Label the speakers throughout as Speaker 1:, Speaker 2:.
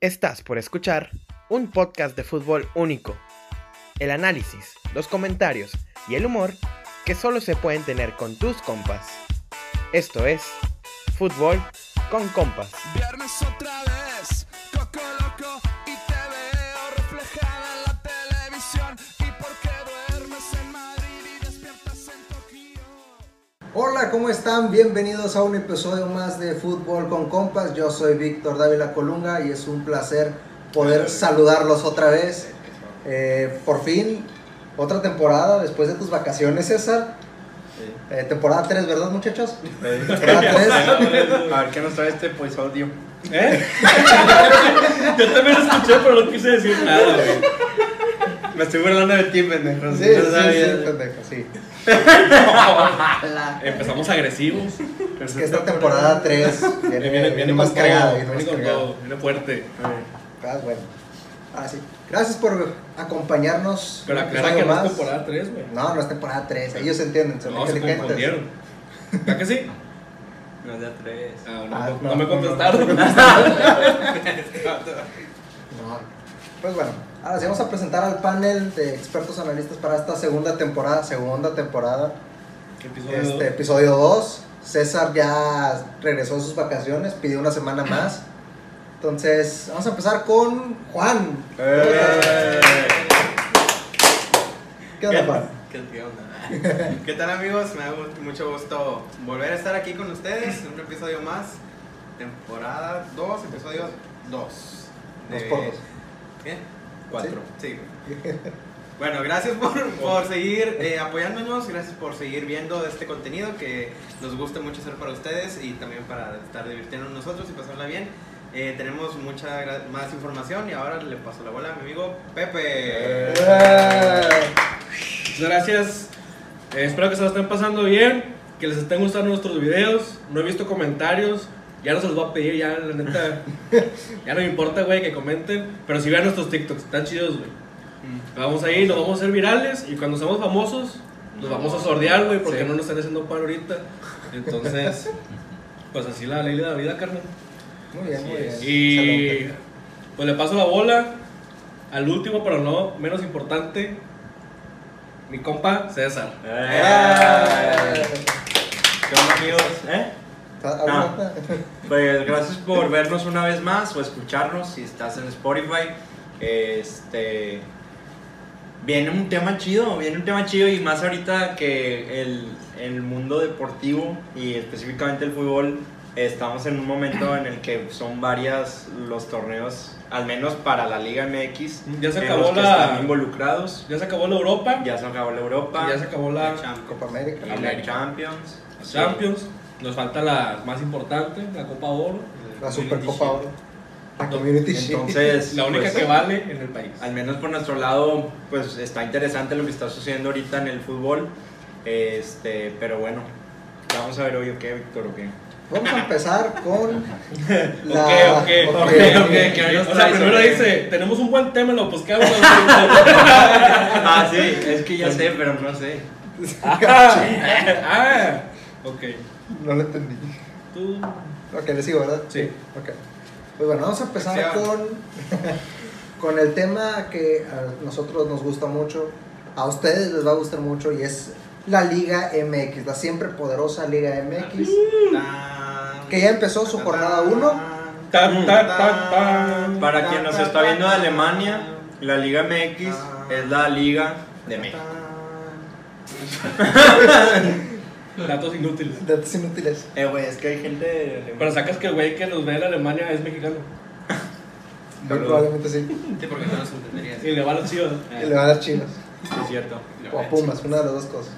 Speaker 1: Estás por escuchar un podcast de fútbol único. El análisis, los comentarios y el humor que solo se pueden tener con tus compas. Esto es Fútbol con Compas.
Speaker 2: Viernes otra vez, coco loco y te veo reflejada en la televisión. ¿Y por qué duermes en Madrid y despiertas en Tokio?
Speaker 3: Hola, ¿cómo están? Bienvenidos a un episodio más de Fútbol con Compas. Yo soy Víctor Dávila Colunga y es un placer poder saludarlos otra vez. Eh, por fin, otra temporada después de tus vacaciones, César. Eh, temporada 3, ¿verdad, muchachos? Temporada 3.
Speaker 4: A ver qué nos trae este
Speaker 5: pues,
Speaker 4: episodio.
Speaker 6: ¿Eh? Yo también lo escuché, pero no quise decir nada, güey.
Speaker 4: Me estoy burlando de ti, pendejo.
Speaker 3: Sí, sí,
Speaker 4: Yo
Speaker 3: sí,
Speaker 4: sabía.
Speaker 3: pendejo, sí.
Speaker 6: Empezamos agresivos.
Speaker 3: Es que esta temporada 3 viene,
Speaker 6: viene,
Speaker 3: viene
Speaker 6: viene
Speaker 3: más
Speaker 6: con todo,
Speaker 3: cargada. Viene más
Speaker 6: Viene con
Speaker 3: cargada.
Speaker 6: todo, viene fuerte.
Speaker 3: Ah, bueno. Ah, sí. Gracias por acompañarnos.
Speaker 6: Pero
Speaker 3: un
Speaker 6: aclara
Speaker 3: episodio
Speaker 6: que no es
Speaker 3: más.
Speaker 6: temporada 3, güey.
Speaker 3: No, no es temporada 3, ellos entienden, son
Speaker 6: No, se
Speaker 3: inteligentes.
Speaker 6: confundieron. ¿A que sí?
Speaker 4: No es de tres.
Speaker 6: Ah, no,
Speaker 3: Ah,
Speaker 6: no,
Speaker 3: no,
Speaker 6: no me
Speaker 3: no, no.
Speaker 6: contestaron.
Speaker 3: No. Pues bueno, ahora sí vamos a presentar al panel de expertos analistas para esta segunda temporada, segunda temporada,
Speaker 6: Episodio
Speaker 3: este
Speaker 6: dos.
Speaker 3: episodio 2. César ya regresó de sus vacaciones, pidió una semana más. Entonces, vamos a empezar con Juan.
Speaker 4: Eh.
Speaker 3: ¿Qué onda, Juan?
Speaker 5: ¿Qué, qué onda? ¿Qué tal amigos? Me da gu- mucho gusto volver a estar aquí con ustedes. Un episodio más. Temporada 2, episodio 2.
Speaker 3: Dos
Speaker 4: Eh.
Speaker 3: por dos.
Speaker 5: ¿Qué?
Speaker 3: Cuatro.
Speaker 5: Sí. güey. Bueno, gracias por, por seguir eh, apoyándonos, gracias por seguir viendo este contenido que nos gusta mucho hacer para ustedes y también para estar divirtiéndonos nosotros y pasarla bien. Eh, tenemos mucha gra- más información y ahora le paso la bola a mi amigo Pepe.
Speaker 3: ¡Eh!
Speaker 6: Muchas gracias. Eh, espero que se lo estén pasando bien, que les estén gustando nuestros videos. No he visto comentarios. Ya no se los voy a pedir, ya la neta. ya no me importa, güey, que comenten. Pero si vean nuestros TikToks, están chidos, güey. Vamos ahí, nos vamos a hacer virales y cuando seamos famosos, nos vamos a sordear, güey, porque
Speaker 4: Sí.
Speaker 6: no nos están haciendo paro ahorita. Entonces, pues así la ley de la vida, carnal.
Speaker 3: Muy bien, muy bien.
Speaker 6: Y
Speaker 3: Excelente.
Speaker 6: pues le paso la bola al último, pero no menos importante, mi compa César.
Speaker 4: Eh. ¿Qué onda, amigos? ¿Eh?
Speaker 3: ¿Alguna-
Speaker 4: Pues gracias por vernos una vez más o escucharnos si estás en Spotify. Este. Viene un tema chido, viene un tema chido y más ahorita que el, el mundo deportivo y específicamente el fútbol estamos en un momento en el que son varias los torneos, al menos para la Liga MX,
Speaker 6: Ya se
Speaker 4: en
Speaker 6: acabó
Speaker 4: los que
Speaker 6: la-
Speaker 4: están involucrados.
Speaker 6: Ya se acabó la Europa, ya,
Speaker 4: Ya se acabó la Europa,
Speaker 6: se acabó la
Speaker 3: Copa América.
Speaker 4: y la Champions.
Speaker 6: Champions, nos falta la más importante, la Copa Oro,
Speaker 3: La Supercopa ahora. La Community Shield.
Speaker 4: Entonces,
Speaker 6: la única
Speaker 4: pues,
Speaker 6: que vale en el país.
Speaker 4: Al menos por nuestro lado, pues está interesante lo que está sucediendo ahorita en el fútbol. Este, pero bueno, vamos a ver hoy o qué, Víctor, o qué.
Speaker 3: Vamos a empezar con la...
Speaker 6: Ok, ok, ok,
Speaker 4: ok,
Speaker 6: ok.
Speaker 4: ok, ahí nos
Speaker 6: O sea,
Speaker 4: traes,
Speaker 6: primero
Speaker 4: ok.
Speaker 6: dice, tenemos un buen tema, lo buscamos. ah,
Speaker 4: Ah, sí, es que ya sé, pero no sé.
Speaker 6: ah, ok.
Speaker 3: No lo entendí.
Speaker 6: Tú,
Speaker 3: Ok, le sigo, ¿verdad?
Speaker 6: sí.
Speaker 3: Ok. Pues bueno, vamos a empezar
Speaker 5: Acción.
Speaker 3: con, con el tema que a nosotros nos gusta mucho, a ustedes les va a gustar mucho y es la Liga MX, la siempre poderosa Liga MX, que ya empezó su jornada 1.
Speaker 6: Tan, tan, tan, tan.
Speaker 4: Mm. Para quien nos está viendo de Alemania, la Liga MX es la Liga de México.
Speaker 6: Datos inútiles.
Speaker 3: Datos inútiles.
Speaker 4: Eh, güey, es que hay gente de
Speaker 6: Pero sacas que el güey que nos ve en Alemania es mexicano.
Speaker 3: Muy
Speaker 4: Saludos.
Speaker 3: probablemente sí.
Speaker 5: Sí, porque no nos entenderías.
Speaker 6: Y le va a los chivas. Eh,
Speaker 3: Y le va a dar chinos.
Speaker 4: es cierto.
Speaker 3: O a Pumas, una de las dos cosas.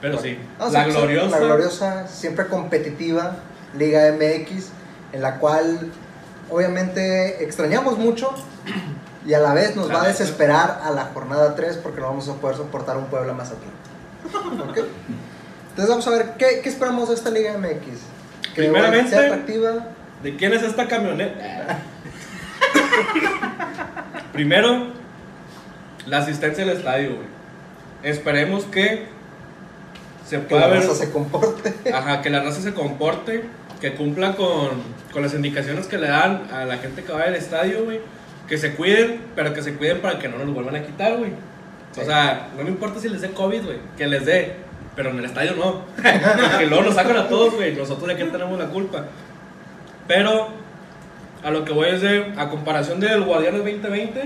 Speaker 6: Pero sí.
Speaker 3: Vamos a
Speaker 6: La
Speaker 3: empezar con
Speaker 6: gloriosa.
Speaker 3: Ah, La gloriosa, siempre competitiva Liga MX, en la cual obviamente extrañamos mucho y a la vez nos va a desesperar a la jornada 3 porque no vamos a poder soportar un Puebla más aquí. Entonces vamos a ver qué, qué esperamos de esta Liga MX. Que
Speaker 6: Primeramente-
Speaker 3: sea atractiva.
Speaker 6: ¿De quién es esta camioneta? Primero, la asistencia del estadio, güey. Esperemos que se
Speaker 3: Que
Speaker 6: pueda
Speaker 3: la
Speaker 6: ver.
Speaker 3: raza se comporte.
Speaker 6: Ajá, que la raza se comporte, que cumpla con, con las indicaciones que le dan a la gente que va al estadio, güey. Que se cuiden, pero que se cuiden para que no nos lo vuelvan a quitar, güey. O sea, no me importa si les dé COVID, güey, que les dé, pero en el estadio no. Porque luego nos sacan a todos, güey, nosotros de qué tenemos la culpa. Pero a lo que voy es de, a comparación del Guardianes 2020,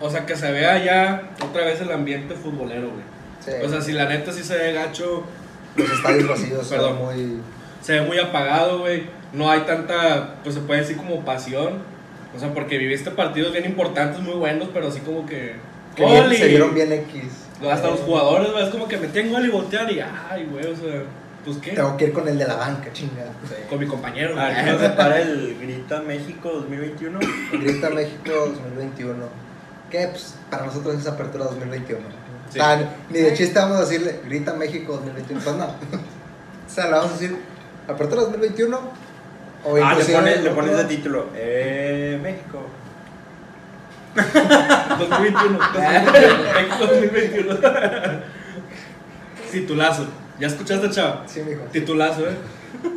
Speaker 6: o sea, que se vea ya otra vez el ambiente futbolero, güey.
Speaker 3: Sí,
Speaker 6: O sea, si la neta sí se ve gacho,
Speaker 3: los estadios vacíos son
Speaker 6: Perdón.
Speaker 3: muy...
Speaker 6: se ve muy apagado, güey. No hay tanta, pues se puede decir como pasión. O sea, porque viviste partidos bien importantes, muy buenos, pero así como que.
Speaker 3: que bien-
Speaker 6: ¡Gol!
Speaker 3: se
Speaker 6: y-
Speaker 3: vieron bien X.
Speaker 6: Hasta los jugadores, güey, es como que metían gol y voltear y. ¡Ay, güey! O sea, pues qué.
Speaker 3: Tengo que ir con el de la banca, chingada.
Speaker 6: Con mi compañero,
Speaker 3: Ah,
Speaker 6: güey.
Speaker 4: Aquí nos separa el Grita México 2021.
Speaker 3: Grita México 2021. Que pues, para nosotros es apertura 2021.
Speaker 4: Sí.
Speaker 3: Tan- ni de chiste vamos a decirle Grita México 2021. Pues no. o sea, le vamos a decir apertura 2021. O
Speaker 4: ah, le
Speaker 3: inclusive-
Speaker 4: pones, le pones de título. Eh, México.
Speaker 6: 2021. 2021. Titulazo. ¿Ya escuchaste, chava?
Speaker 3: Sí, mijo.
Speaker 6: Titulazo, eh.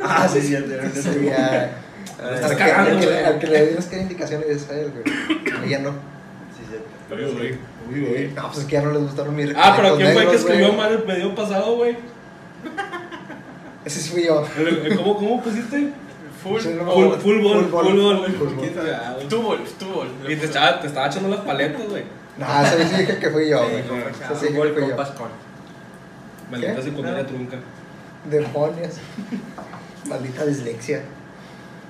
Speaker 4: Ah, sí, sí, sí, sí.
Speaker 3: Sería.
Speaker 4: Ah,
Speaker 3: al,
Speaker 6: Está
Speaker 3: que,
Speaker 6: cagando,
Speaker 3: al que le-
Speaker 6: güey.
Speaker 3: al que le dieras que indicaciones es a él, güey. Y ya no.
Speaker 4: Sí, sí.
Speaker 6: Uy,
Speaker 3: No, pues es que ya no les gustaron mis
Speaker 6: Ah, pero
Speaker 3: recovecos
Speaker 6: ¿quién fue el que
Speaker 3: negros,
Speaker 6: escribió
Speaker 3: güey.
Speaker 6: mal el pedido pasado, güey?
Speaker 3: Ese sí fui yo.
Speaker 6: ¿Cómo, ¿Cómo pusiste?
Speaker 5: Full.
Speaker 3: Sí, no.
Speaker 6: Full, full ball,
Speaker 3: Full ball.
Speaker 6: full ball, güey.
Speaker 3: Full ball.
Speaker 6: ¿Quién sabe? Ah, güey.
Speaker 5: Fútbol, fútbol.
Speaker 6: Y te estaba, te estaba echando las paletas, güey.
Speaker 3: No, ese sí dije que fui yo, güey. Ese sí dije que
Speaker 4: Gol
Speaker 3: fui
Speaker 4: con
Speaker 3: yo.
Speaker 4: Pascón.
Speaker 6: Maldita
Speaker 3: ¿Qué?
Speaker 6: secundaria trunca.
Speaker 3: Demonios. Maldita dislexia.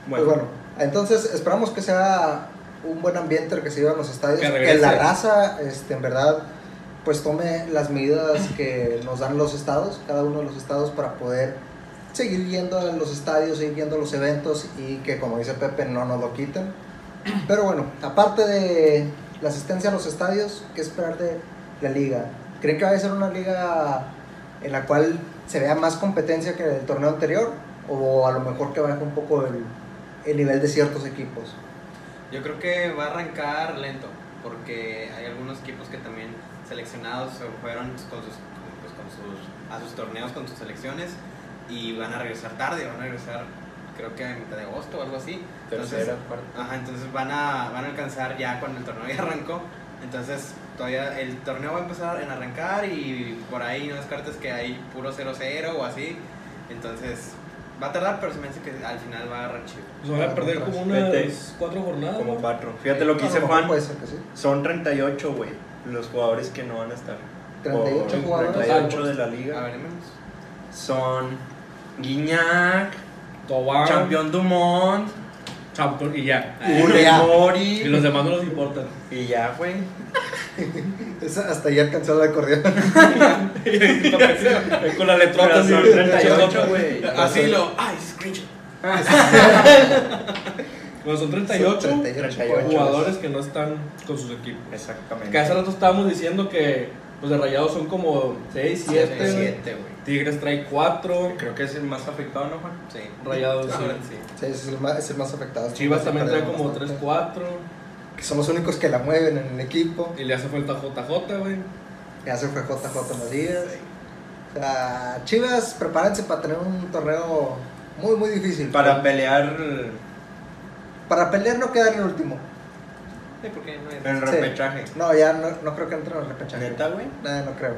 Speaker 4: Bueno,
Speaker 3: Pues bueno, entonces esperamos que sea un buen ambiente el que se lleva a los estadios,
Speaker 6: Que
Speaker 3: que,
Speaker 6: regrese.
Speaker 3: la raza, este, en verdad, pues tome las medidas que nos dan los estados, cada uno de los estados para poder seguir yendo a los estadios, seguir yendo a los eventos y que como dice Pepe no nos lo quiten. Pero bueno, aparte de la asistencia a los estadios, ¿qué esperar de la liga? ¿Creen que va a ser una liga en la cual se vea más competencia que el torneo anterior? ¿O a lo mejor que baje un poco el, el nivel de ciertos equipos?
Speaker 5: Yo creo que va a arrancar lento, porque hay algunos equipos que también seleccionados se fueron con sus, pues, con sus, a sus torneos, con sus selecciones, y van a regresar tarde, van a regresar creo que a mitad de agosto o algo así.
Speaker 4: tercera parte.
Speaker 5: Ajá, entonces van a, van a alcanzar ya cuando el torneo ya arrancó. Entonces todavía el torneo va a empezar en arrancar y por ahí no descartes que hay puro 0-0 o así. Entonces va a tardar, pero se me hace que al final va a agarrar chido.
Speaker 6: Pues van a perder como
Speaker 4: Vete.
Speaker 6: unas cuatro jornadas.
Speaker 4: Como
Speaker 6: ¿no?
Speaker 4: cuatro. Fíjate lo que
Speaker 3: A
Speaker 4: dice
Speaker 3: lo mejor
Speaker 4: Juan.
Speaker 3: Puede ser que sí.
Speaker 4: Son 38, güey. Los jugadores que no van a estar.
Speaker 3: 38
Speaker 4: Por
Speaker 3: jugadores.
Speaker 4: 38 de la
Speaker 5: A
Speaker 4: liga.
Speaker 5: ver, menos.
Speaker 4: Son Guiñac,
Speaker 6: Tobán,
Speaker 4: Champion Dumont,
Speaker 6: Champion y ya.
Speaker 4: Ure
Speaker 3: ya.
Speaker 6: Y
Speaker 4: Mori.
Speaker 6: los demás no nos importan.
Speaker 4: Y ya, güey.
Speaker 3: Es hasta ahí alcanzó el acordeón.
Speaker 6: Con la letrota
Speaker 4: Pero
Speaker 6: así.
Speaker 4: son 38, güey.
Speaker 5: Así lo. ¡Ay, screenshot!
Speaker 6: Bueno, son 38
Speaker 4: 38.
Speaker 6: jugadores que no están con sus equipos. Que hace
Speaker 4: Exactamente.
Speaker 6: rato estábamos diciendo que los de Rayados son como 6, 7,
Speaker 5: güey.
Speaker 6: Tigres trae 4,
Speaker 4: Creo que es el más afectado, ¿no, Juan?
Speaker 5: Sí.
Speaker 6: Rayados
Speaker 5: Ahora
Speaker 6: sí.
Speaker 5: sí.
Speaker 3: Sí, ese es el más, es el más afectado.
Speaker 6: Chivas también trae como 3,
Speaker 3: Bastante.
Speaker 6: 4
Speaker 3: Que son los únicos que la mueven en el equipo.
Speaker 6: y le hace falta JJ, güey.
Speaker 3: Ya se fue JJ Matías. O sea, Chivas, prepárense para tener un torneo muy, muy difícil.
Speaker 4: Para pelear
Speaker 3: Para pelear no quedar en el último.
Speaker 5: Sí, porque no es.
Speaker 4: en
Speaker 3: Sí.
Speaker 4: repechaje.
Speaker 3: No, ya no, no creo que entren al repechaje.
Speaker 4: ¿Neta, güey?
Speaker 3: Nada, no creo.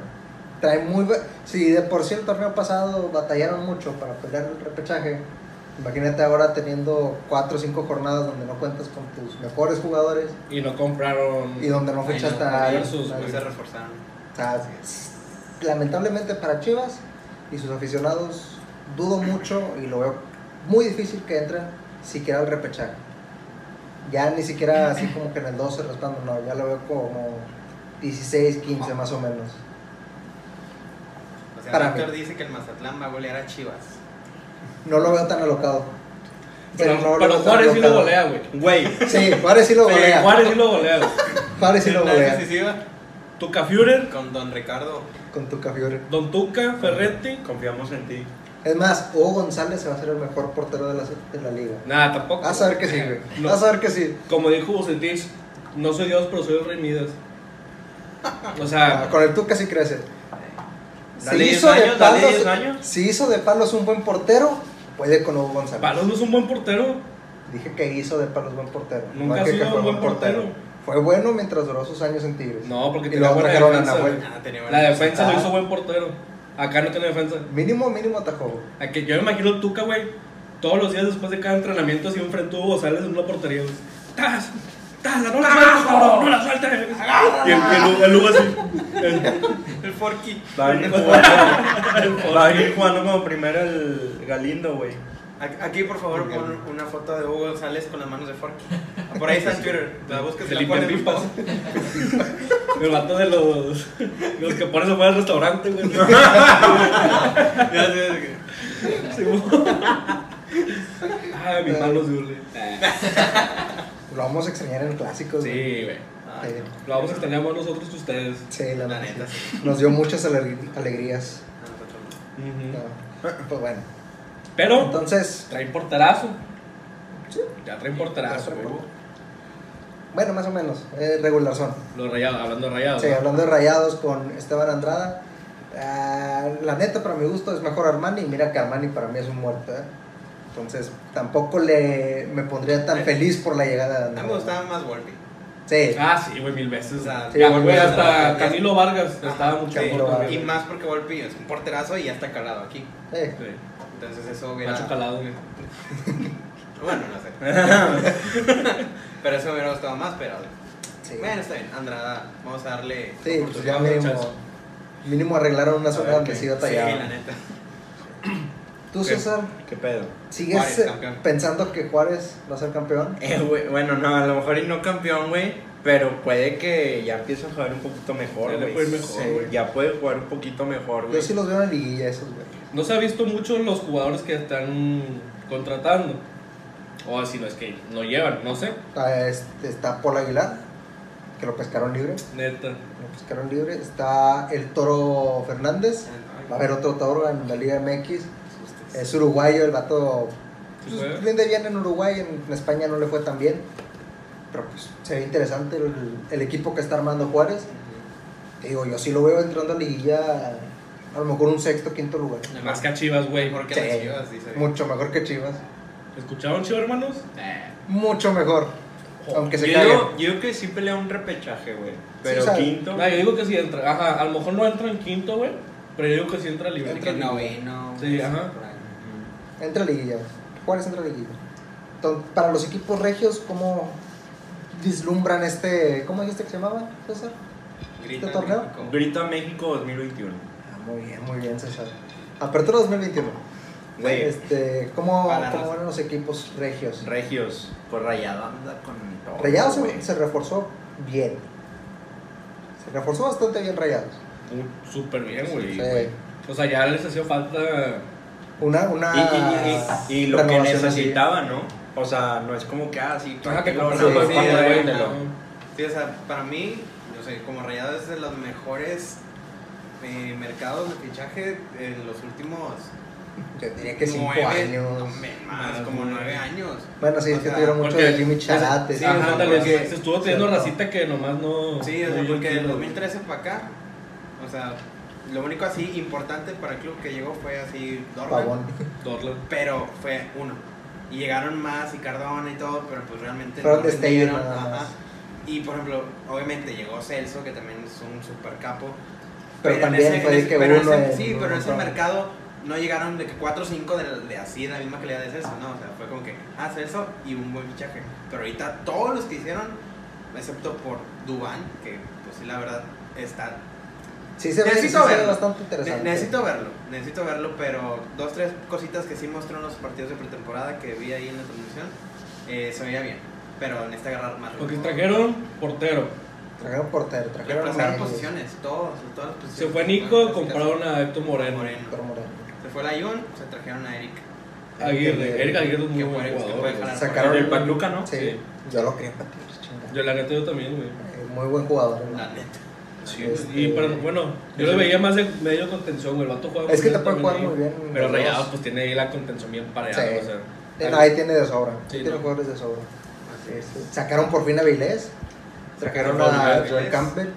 Speaker 3: Trae muy. ba- Si de por sí el torneo pasado batallaron mucho para pelear el repechaje, imagínate ahora teniendo 4 o 5 jornadas donde no cuentas con tus mejores jugadores
Speaker 6: Y no compraron.
Speaker 3: y donde no
Speaker 5: Ay,
Speaker 3: fichas
Speaker 5: no,
Speaker 3: a-
Speaker 6: versus,
Speaker 3: a-
Speaker 5: Pues se reforzaron.
Speaker 3: o sea, lamentablemente para Chivas y sus aficionados, dudo mucho y lo veo muy difícil que entren siquiera al repechaje. Ya ni siquiera así como que en el 12 restando, no, ya lo veo como 16, 15 más o menos.
Speaker 5: O sea,
Speaker 3: Para
Speaker 5: Víctor
Speaker 3: mí.
Speaker 5: dice que el Mazatlán va a golear a Chivas.
Speaker 3: No lo veo tan alocado.
Speaker 6: Pero,
Speaker 3: Sí, no lo
Speaker 6: pero
Speaker 3: veo tan
Speaker 6: Juárez sí lo
Speaker 3: alocado.
Speaker 6: golea, güey.
Speaker 4: Güey,
Speaker 3: Sí, Juárez sí lo
Speaker 6: Sí,
Speaker 3: golea.
Speaker 6: Juárez sí lo golea. güey.
Speaker 3: Juárez sí lo
Speaker 5: La
Speaker 3: golea.
Speaker 5: decisiva
Speaker 6: Tuca Führer,
Speaker 5: con Don Ricardo.
Speaker 3: Con tu Fiore.
Speaker 6: Don Tuca, Ferretti.
Speaker 4: confiamos en ti.
Speaker 3: Es más, Hugo González se va a ser el mejor portero de la, de la liga.
Speaker 6: Nada, tampoco.
Speaker 3: Vas a ver que sí, güey.
Speaker 6: No.
Speaker 3: Vas a ver que sí.
Speaker 6: Como dijo Bucetich, no soy Dios, pero soy el Rey Midas. O
Speaker 3: Ah,
Speaker 6: sea,
Speaker 3: Con el Tuca sí crece. Se
Speaker 4: Dale 10
Speaker 3: hizo, de
Speaker 4: años, dale
Speaker 3: palos,
Speaker 4: 10 años.
Speaker 3: se hizo de palos un buen portero puede con Hugo González.
Speaker 6: Palos no es un buen portero.
Speaker 3: Dije que hizo de Palos buen portero. no
Speaker 6: Nunca ha
Speaker 3: que-
Speaker 6: sido
Speaker 3: que
Speaker 6: un buen portero.
Speaker 3: Fue bueno mientras duró sus años en Tigres.
Speaker 6: No, porque
Speaker 3: Y
Speaker 6: tenía
Speaker 3: luego
Speaker 6: buena
Speaker 3: trajeron a
Speaker 6: defensa.
Speaker 3: Nahuel.
Speaker 6: güey.
Speaker 5: Ah, tenía buena
Speaker 6: La defensa lo
Speaker 3: Ah.
Speaker 6: hizo buen portero. Acá no tiene defensa.
Speaker 3: Mínimo, mínimo atajó. güey.
Speaker 6: A que yo me imagino el Tuca, güey, todos los días después de cada entrenamiento, así enfrentó a Hugo González en una portería, güey. ¡Tas! ¡Tas! ¡No la sueltes, cabrón! ¡No la sueltes! Y el, y el, Hugo- el Hugo así.
Speaker 5: El Forky.
Speaker 4: Va a venir jugando, va a venir jugando como primero el Galindo, güey.
Speaker 5: A- Aquí, por favor, pon una foto de Hugo González con las manos de Forky. Por ahí está en Twitter. La buscas y
Speaker 6: El,
Speaker 5: la
Speaker 6: el, el
Speaker 5: pones. por favor.
Speaker 6: El vato de los, los que pones afuera del restaurante, güey.
Speaker 5: Ya sé, que-
Speaker 6: Sí, güey. Ay, mis malos Yuli.
Speaker 3: Lo vamos a extrañar en clásicos. güey.
Speaker 6: Sí, güey.
Speaker 5: Ay,
Speaker 3: Sí.
Speaker 6: Lo vamos a extrañar más nosotros que ustedes.
Speaker 3: Sí, la,
Speaker 5: La
Speaker 3: neta.
Speaker 5: neta,
Speaker 3: sí. Nos dio muchas alegr- alegrías.
Speaker 5: no, nosotros no.
Speaker 3: No. Pues bueno.
Speaker 6: Mm. Pero
Speaker 3: Entonces,
Speaker 6: traen porterazo. Ya traen porterazo,
Speaker 3: Ya traen
Speaker 6: güey.
Speaker 3: bueno, más o menos. Eh, regular son.
Speaker 6: Los rayados, hablando de rayados.
Speaker 3: Sí,
Speaker 6: ¿no?
Speaker 3: hablando de rayados con Esteban Andrada. ah, la neta, para mi gusto, es mejor Armani. Y mira que Armani para mí es un muerto. ¿eh? Entonces, tampoco le, me pondría tan feliz por la llegada de
Speaker 5: A mí
Speaker 3: Andrada.
Speaker 5: me gustaba más Volpi.
Speaker 3: Sí,
Speaker 6: Ah, sí, güey, mil veces.
Speaker 5: O sea,
Speaker 6: Ya,
Speaker 3: sí,
Speaker 6: güey,
Speaker 3: güey,
Speaker 5: ya-
Speaker 6: hasta Camilo Vargas estaba mucho
Speaker 5: Sí,
Speaker 3: Camilo
Speaker 6: mejor
Speaker 3: Vargas.
Speaker 5: Y
Speaker 6: también.
Speaker 5: más porque Volpi es un porterazo y ya está calado aquí.
Speaker 3: sí.
Speaker 6: Sí,
Speaker 5: Entonces eso hubiera...
Speaker 6: Macho calado, güey.
Speaker 5: Bueno, no sé. pero eso hubiera gustado más, pero...
Speaker 3: sí.
Speaker 5: Bueno, está bien. Andrada, vamos a darle...
Speaker 3: Sí, pues ya
Speaker 6: Vamos a
Speaker 3: mínimo,
Speaker 6: echarse.
Speaker 3: mínimo arreglaron una zona
Speaker 6: ver
Speaker 3: donde
Speaker 6: qué-
Speaker 3: sí
Speaker 5: Sí,
Speaker 3: batallaba.
Speaker 5: la neta.
Speaker 3: Tú,
Speaker 6: ¿Qué?
Speaker 3: César,
Speaker 4: ¿Qué pedo?
Speaker 3: ¿sigues
Speaker 5: Juárez,
Speaker 3: eh,
Speaker 5: campeón.
Speaker 3: pensando que Juárez va a ser campeón?
Speaker 4: Eh, güey, bueno, no, a lo mejor y no campeón, güey. Pero puede que ya empiece a jugar un poquito mejor,
Speaker 6: Ya
Speaker 4: güey.
Speaker 6: le puede ir mejor,
Speaker 4: Sí,
Speaker 6: güey.
Speaker 4: ya puede jugar un poquito mejor,
Speaker 3: Yo
Speaker 4: güey.
Speaker 3: sí los veo en la liguilla esos, güey.
Speaker 6: No se ha visto mucho los jugadores que están contratando. O si no es que no llevan, no sé.
Speaker 3: Ah, este, está Paul Aguilar, que lo pescaron libre.
Speaker 6: Neta.
Speaker 3: Lo pescaron pues, libre. Está el Toro Fernández. Va a haber otro Toro en la Liga MX. Es uruguayo, el vato.
Speaker 6: ¿Sí
Speaker 3: Pues,
Speaker 6: juega?
Speaker 3: rinde bien en Uruguay, en, en España no le fue tan bien. Pero pues se ve interesante el, el equipo que está armando Juárez. Te digo, yo sí lo veo entrando a liguilla a lo mejor un sexto, quinto lugar.
Speaker 6: Más que a Chivas, güey.
Speaker 5: Mejor que
Speaker 3: Sí.
Speaker 5: las Chivas, dice.
Speaker 3: Mucho mejor que Chivas.
Speaker 6: ¿Escucharon, Chivas, hermanos?
Speaker 3: Mucho mejor. Aunque se
Speaker 4: yo,
Speaker 3: caiga.
Speaker 4: digo, yo digo que sí pelea un repechaje, güey. Pero
Speaker 3: o sea,
Speaker 4: quinto.
Speaker 6: No, yo digo que sí entra. Ajá, a lo mejor no entra en quinto, güey. Pero yo digo que sí entra libre.
Speaker 5: Entre el noveno.
Speaker 6: Sí, ajá.
Speaker 5: por ahí.
Speaker 3: Entra a liguilla. Juárez entra a liguilla. Enton- para los equipos regios, ¿cómo vislumbran este. ¿Cómo dijiste que se llamaba, César?
Speaker 5: Grita
Speaker 3: ¿Este torneo?
Speaker 5: México.
Speaker 4: Grita México 2021.
Speaker 3: Ah, muy bien, muy bien, César. Apertura 2021.
Speaker 4: Güey.
Speaker 3: Este, ¿Cómo,
Speaker 5: Para
Speaker 3: cómo
Speaker 5: los-
Speaker 3: eran los equipos regios?
Speaker 4: Regios, por rayado anda con todo.
Speaker 3: Rayados se,
Speaker 4: güey.
Speaker 3: se reforzó bien. Se reforzó bastante bien Rayados.
Speaker 6: Uh, Súper bien, güey.
Speaker 4: Sí.
Speaker 3: Eh,
Speaker 6: O sea, ya les hacía falta.
Speaker 3: una una
Speaker 4: Y, y- y- y lo que
Speaker 3: ah, renovación así.
Speaker 4: necesitaba, ¿no? O sea, no es como que ah, así.
Speaker 6: Ajá, que
Speaker 4: lo
Speaker 6: compras
Speaker 3: sí,
Speaker 6: los dos
Speaker 3: sí,
Speaker 6: cuartos,
Speaker 3: sí,
Speaker 6: güey,
Speaker 3: sí.
Speaker 6: ¿no?
Speaker 5: Sí, o sea, para mí, no sé, como Rayados es de los mejores eh, mercados de fichaje en los últimos
Speaker 3: Yo diría que cinco
Speaker 5: nueve,
Speaker 3: años.
Speaker 5: no, me- más,
Speaker 6: Más,
Speaker 5: como
Speaker 6: güey.
Speaker 5: nueve años.
Speaker 3: Bueno, sí,
Speaker 5: O
Speaker 3: es que
Speaker 5: sea,
Speaker 3: tuvieron mucho
Speaker 6: porque-
Speaker 3: de Jimmy Charate.
Speaker 5: Sí, o
Speaker 6: Ajá,
Speaker 5: sea,
Speaker 6: ándale,
Speaker 5: porque-
Speaker 6: se, se estuvo teniendo
Speaker 3: Cierto.
Speaker 6: racita que nomás no.
Speaker 5: Sí, o sea,
Speaker 6: no dio el
Speaker 5: porque del
Speaker 6: tiro.
Speaker 5: 2013 para acá, o sea, lo único así importante para el club que llegó fue así Dortmund,
Speaker 3: Pavón.
Speaker 6: Dorlan.
Speaker 5: pero fue uno. Y llegaron más y Cardona y todo, pero pues realmente
Speaker 3: Fueron destellos
Speaker 5: vendieron,
Speaker 3: nada
Speaker 5: ajá.
Speaker 3: más.
Speaker 5: Y por ejemplo, obviamente llegó Celso, que también es un super capo.
Speaker 3: Pero
Speaker 5: en
Speaker 3: también
Speaker 5: ese- en
Speaker 3: fue de
Speaker 5: ese-
Speaker 3: que
Speaker 5: pero en
Speaker 3: uno
Speaker 5: ese-
Speaker 3: en-
Speaker 5: Sí, pero en ese
Speaker 3: uno-
Speaker 5: mercado no llegaron de que 4 o 5 de, de así, de la misma calidad de Celso, ¿no? O sea, fue como que, ah, Celso y un buen fichaje. Pero ahorita todos los que hicieron, excepto por Dubán, que pues sí, la verdad, está...
Speaker 3: Sí, se ve, sí
Speaker 5: Necesito
Speaker 3: se ve
Speaker 5: verlo.
Speaker 3: bastante
Speaker 5: Ne-
Speaker 3: interesante.
Speaker 5: necesito verlo, necesito verlo, pero dos, tres cositas que sí mostró en los partidos de pretemporada que vi ahí en la transmisión, eh, se veía bien. Pero necesita agarrar más.
Speaker 6: Porque
Speaker 5: ritmo.
Speaker 6: trajeron portero.
Speaker 3: Trajeron portero, trajeron
Speaker 5: Reemplazaron
Speaker 3: medios,
Speaker 5: posiciones, todos, todas las posiciones.
Speaker 6: Se fue
Speaker 5: Bueno,
Speaker 6: Nico,
Speaker 5: cositas.
Speaker 6: compraron a Héctor Moreno.
Speaker 5: Moreno.
Speaker 3: pero Moreno.
Speaker 5: Se fue la Ion, se trajeron a Eric.
Speaker 6: Aguirre. Erika Aguirre es muy
Speaker 5: Que
Speaker 6: buen
Speaker 5: puede- que
Speaker 6: jugador.
Speaker 5: puede
Speaker 6: güey.
Speaker 5: jalar.
Speaker 3: Sacaron
Speaker 4: ¿El del Pachuca, no?
Speaker 3: Sí,
Speaker 6: Sí.
Speaker 3: yo lo quería para ti, chingada.
Speaker 6: Yo la neta yo también, güey.
Speaker 3: Eh, Muy buen jugador. ¿no?
Speaker 5: La neta.
Speaker 6: Sí,
Speaker 3: Este-
Speaker 6: y pero bueno, yo lo veía más de medio contención, güey. El vato juega
Speaker 3: Es que te
Speaker 6: bien
Speaker 3: puede jugar
Speaker 6: también
Speaker 3: muy
Speaker 6: ahí.
Speaker 3: bien.
Speaker 6: Pero
Speaker 3: los
Speaker 6: Rayados
Speaker 3: dos.
Speaker 6: pues tiene ahí la contención bien pareada,
Speaker 3: Sí.
Speaker 6: o sea.
Speaker 3: Eh, Ahí tiene de sobra.
Speaker 6: Sí,
Speaker 3: tiene
Speaker 6: no.
Speaker 3: jugadores de sobra.
Speaker 5: Así es.
Speaker 3: Este, Sacaron por fin a Vilés. Trajeron a
Speaker 5: Sacaron a
Speaker 3: Joel
Speaker 5: Vilés.
Speaker 3: Campbell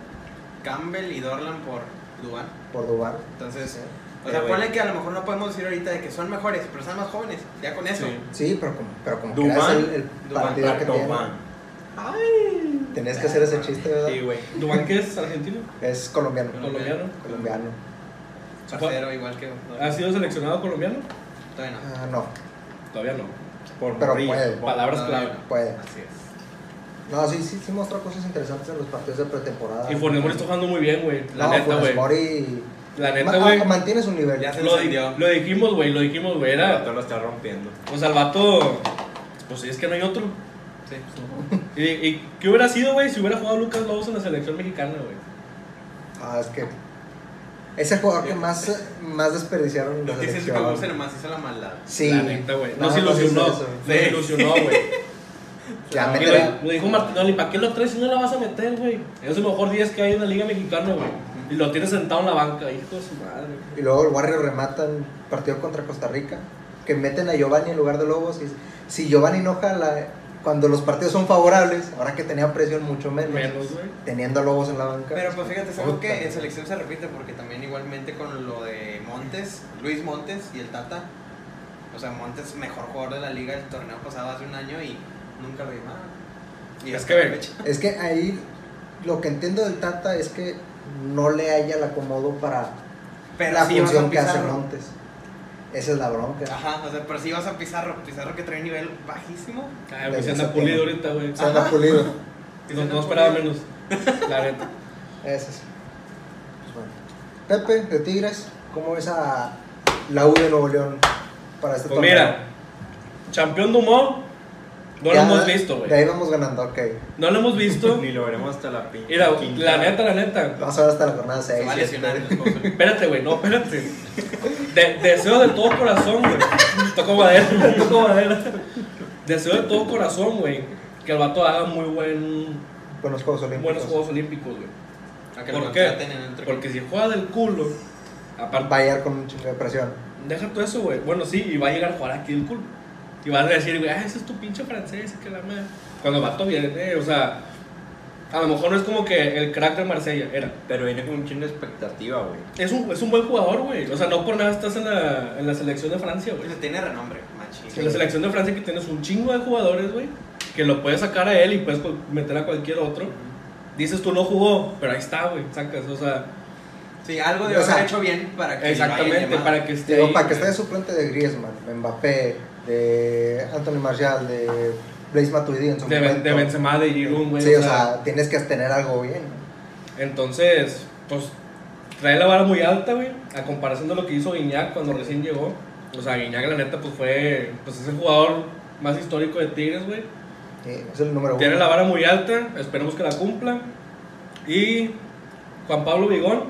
Speaker 5: Campbell y Dorlan por Dubán.
Speaker 3: por Dubar.
Speaker 5: Entonces, O sea,
Speaker 4: Eh,
Speaker 5: ponle
Speaker 4: güey.
Speaker 5: que a lo mejor no podemos decir ahorita de que son mejores, pero están más jóvenes. Ya con eso.
Speaker 6: Sí.
Speaker 3: Sí, pero como, pero como
Speaker 4: Dubán,
Speaker 3: quiera es el, el
Speaker 5: Dubán,
Speaker 3: partido que tiene.
Speaker 4: Dubán.
Speaker 3: Tenías que hacer ese chiste, ¿verdad?
Speaker 4: Sí, güey.
Speaker 6: ¿Dubán qué es? ¿Argentino?
Speaker 3: Es colombiano.
Speaker 6: ¿Colombiano?
Speaker 3: Colombiano.
Speaker 5: Parcero, igual que. no,
Speaker 4: Ah.
Speaker 6: ¿Ha sido seleccionado colombiano?
Speaker 5: todavía no.
Speaker 3: Ah, no,
Speaker 6: Todavía no.
Speaker 4: Por
Speaker 3: Pero
Speaker 4: morrillo.
Speaker 3: puede.
Speaker 6: Palabras
Speaker 5: Todavía
Speaker 6: clave.
Speaker 5: no.
Speaker 3: puede.
Speaker 5: Así es.
Speaker 3: No, sí, sí, sí mostró cosas interesantes en los partidos de pretemporada.
Speaker 6: Y Funes Mori está jugando muy bien, güey. La
Speaker 3: no,
Speaker 6: neta,
Speaker 3: Funes
Speaker 6: güey.
Speaker 3: Mori-
Speaker 6: La
Speaker 3: Ma-
Speaker 6: neta,
Speaker 3: ah,
Speaker 6: güey.
Speaker 3: Mantiene su nivel.
Speaker 5: Ya se
Speaker 6: Lo, di-
Speaker 5: encendió.
Speaker 6: lo dijimos, güey, lo dijimos, güey.
Speaker 4: El
Speaker 6: Era,
Speaker 4: vato lo está rompiendo.
Speaker 6: pues al vato, pues es que no hay otro.
Speaker 5: Sí.
Speaker 6: ¿Y, y qué hubiera sido, güey, si hubiera jugado Lucas Lobos en la selección mexicana, güey?
Speaker 3: Ah, es que. Ese jugador que más, más desperdiciaron en
Speaker 5: Lo
Speaker 3: la
Speaker 5: que dices que
Speaker 3: selección.
Speaker 5: Bowser nomás hizo la maldad.
Speaker 3: Sí.
Speaker 6: La neta, güey. Nos
Speaker 3: Nada más
Speaker 6: ilusionó.
Speaker 3: hizo eso.
Speaker 6: Nos ilusionó, güey.
Speaker 3: Ya
Speaker 6: Y
Speaker 3: meter
Speaker 6: lo,
Speaker 3: a-
Speaker 6: lo dijo Martinoli, ¿para qué lo traes si no la vas a meter, güey? Es el mejor 10 que hay en la Liga Mexicana, güey. Y lo tienes sentado en la banca, hijo de su madre. güey.
Speaker 3: Y luego el Warrior remata en partido contra Costa Rica. Que meten a Giovanni en lugar de Lobos. Y si Giovanni no jala, cuando los partidos son favorables, ahora que tenía presión mucho menos,
Speaker 6: Menos, güey.
Speaker 3: teniendo a Lobos en la banca.
Speaker 5: Pero pues fíjate, es algo
Speaker 3: Puta.
Speaker 5: que en selección se repite porque también igualmente con lo de Montes, Luis Montes y el Tata. O sea, Montes mejor jugador de la liga el torneo pasado hace un año y nunca lo llamaba. Y
Speaker 6: Es
Speaker 5: hasta
Speaker 6: que,
Speaker 5: la
Speaker 6: ve,
Speaker 5: fecha.
Speaker 3: Es que ahí lo que entiendo del Tata es que no le haya el acomodo para
Speaker 5: pero
Speaker 3: la
Speaker 5: sí ibas
Speaker 3: función
Speaker 5: a
Speaker 3: que hace
Speaker 5: Pizarro.
Speaker 3: Montes. Esa es la bronca.
Speaker 6: Ah,
Speaker 5: Ajá, o sea, pero si vas a Pizarro, Pizarro que trae nivel bajísimo.
Speaker 6: Ay, güey, se
Speaker 3: Ese
Speaker 6: anda pulido
Speaker 3: tema.
Speaker 6: ahorita, güey.
Speaker 3: Se anda
Speaker 5: Ajá.
Speaker 3: pulido.
Speaker 6: No, no esperaba menos. La neta.
Speaker 3: Eso sí. Pues bueno. Pepe, de Tigres, ¿cómo ves a la U de Nuevo León para este
Speaker 6: Pues mira, campeón de humor, no lo
Speaker 3: Ya,
Speaker 6: hemos visto,
Speaker 3: De
Speaker 6: güey.
Speaker 3: ahí vamos ganando, ok.
Speaker 6: No lo hemos visto.
Speaker 4: Ni lo veremos hasta la pinche.
Speaker 6: Mira,
Speaker 4: quinta.
Speaker 6: la neta, la neta.
Speaker 3: Vamos a ver hasta la jornada 6.
Speaker 5: Se va a lesionar el Bowser.
Speaker 6: Espérate, güey, no, espérate. De- deseo de todo corazón, güey. Toco madera, toco madera. Deseo de todo corazón, güey, que el vato haga muy buen,
Speaker 3: Con los Juegos Olímpicos.
Speaker 6: buenos Juegos Olímpicos, güey.
Speaker 5: A que
Speaker 6: ¿Por
Speaker 5: lo
Speaker 6: qué?
Speaker 5: contraten en otro
Speaker 6: Porque si juega del culo, aparte,
Speaker 3: Va a llegar con un chingo de presión.
Speaker 6: deja todo eso, güey. Bueno, sí, y va a llegar a jugar aquí del culo. Y va a decir, güey, ah, ese es tu pinche francés, y que la madre. Cuando el vato viene, eh, o sea, a lo mejor no es como que el crack de Marsella, era.
Speaker 4: Pero viene con un chingo de expectativa, güey.
Speaker 6: Es un, es un buen jugador, güey. O sea, no por nada estás en la, en la selección de Francia, güey.
Speaker 5: equipo. Tiene renombre, machín.
Speaker 6: En la selección de Francia que tienes un chingo de jugadores, güey, que lo puedes sacar a él y puedes co- meter a cualquier otro. Dices tú no jugó, pero ahí está, güey, sacas, o sea,
Speaker 5: Sí, algo de
Speaker 3: O sea,
Speaker 5: haber hecho bien para que
Speaker 6: exactamente, para que esté
Speaker 3: Digo,
Speaker 6: ahí, eh,
Speaker 3: para que esté de
Speaker 6: güey.
Speaker 3: suplente de Griezmann, de Mbappé, de Anthony Martial, de Blaise Matuidi en su
Speaker 6: de, Ben-
Speaker 3: momento.
Speaker 6: de Benzema, de Giroud, güey.
Speaker 3: Sí, o sea, tienes que tener algo bien.
Speaker 6: Entonces, pues, trae la vara muy alta, güey, a comparación de lo que hizo Guiñac cuando recién llegó. O sea, Guiñac, la neta, pues fue, pues es el jugador más histórico de Tigres, güey.
Speaker 3: Sí, es el número uno.
Speaker 6: Tiene la vara muy alta, esperemos que la cumpla. Y Juan Pablo Vigón,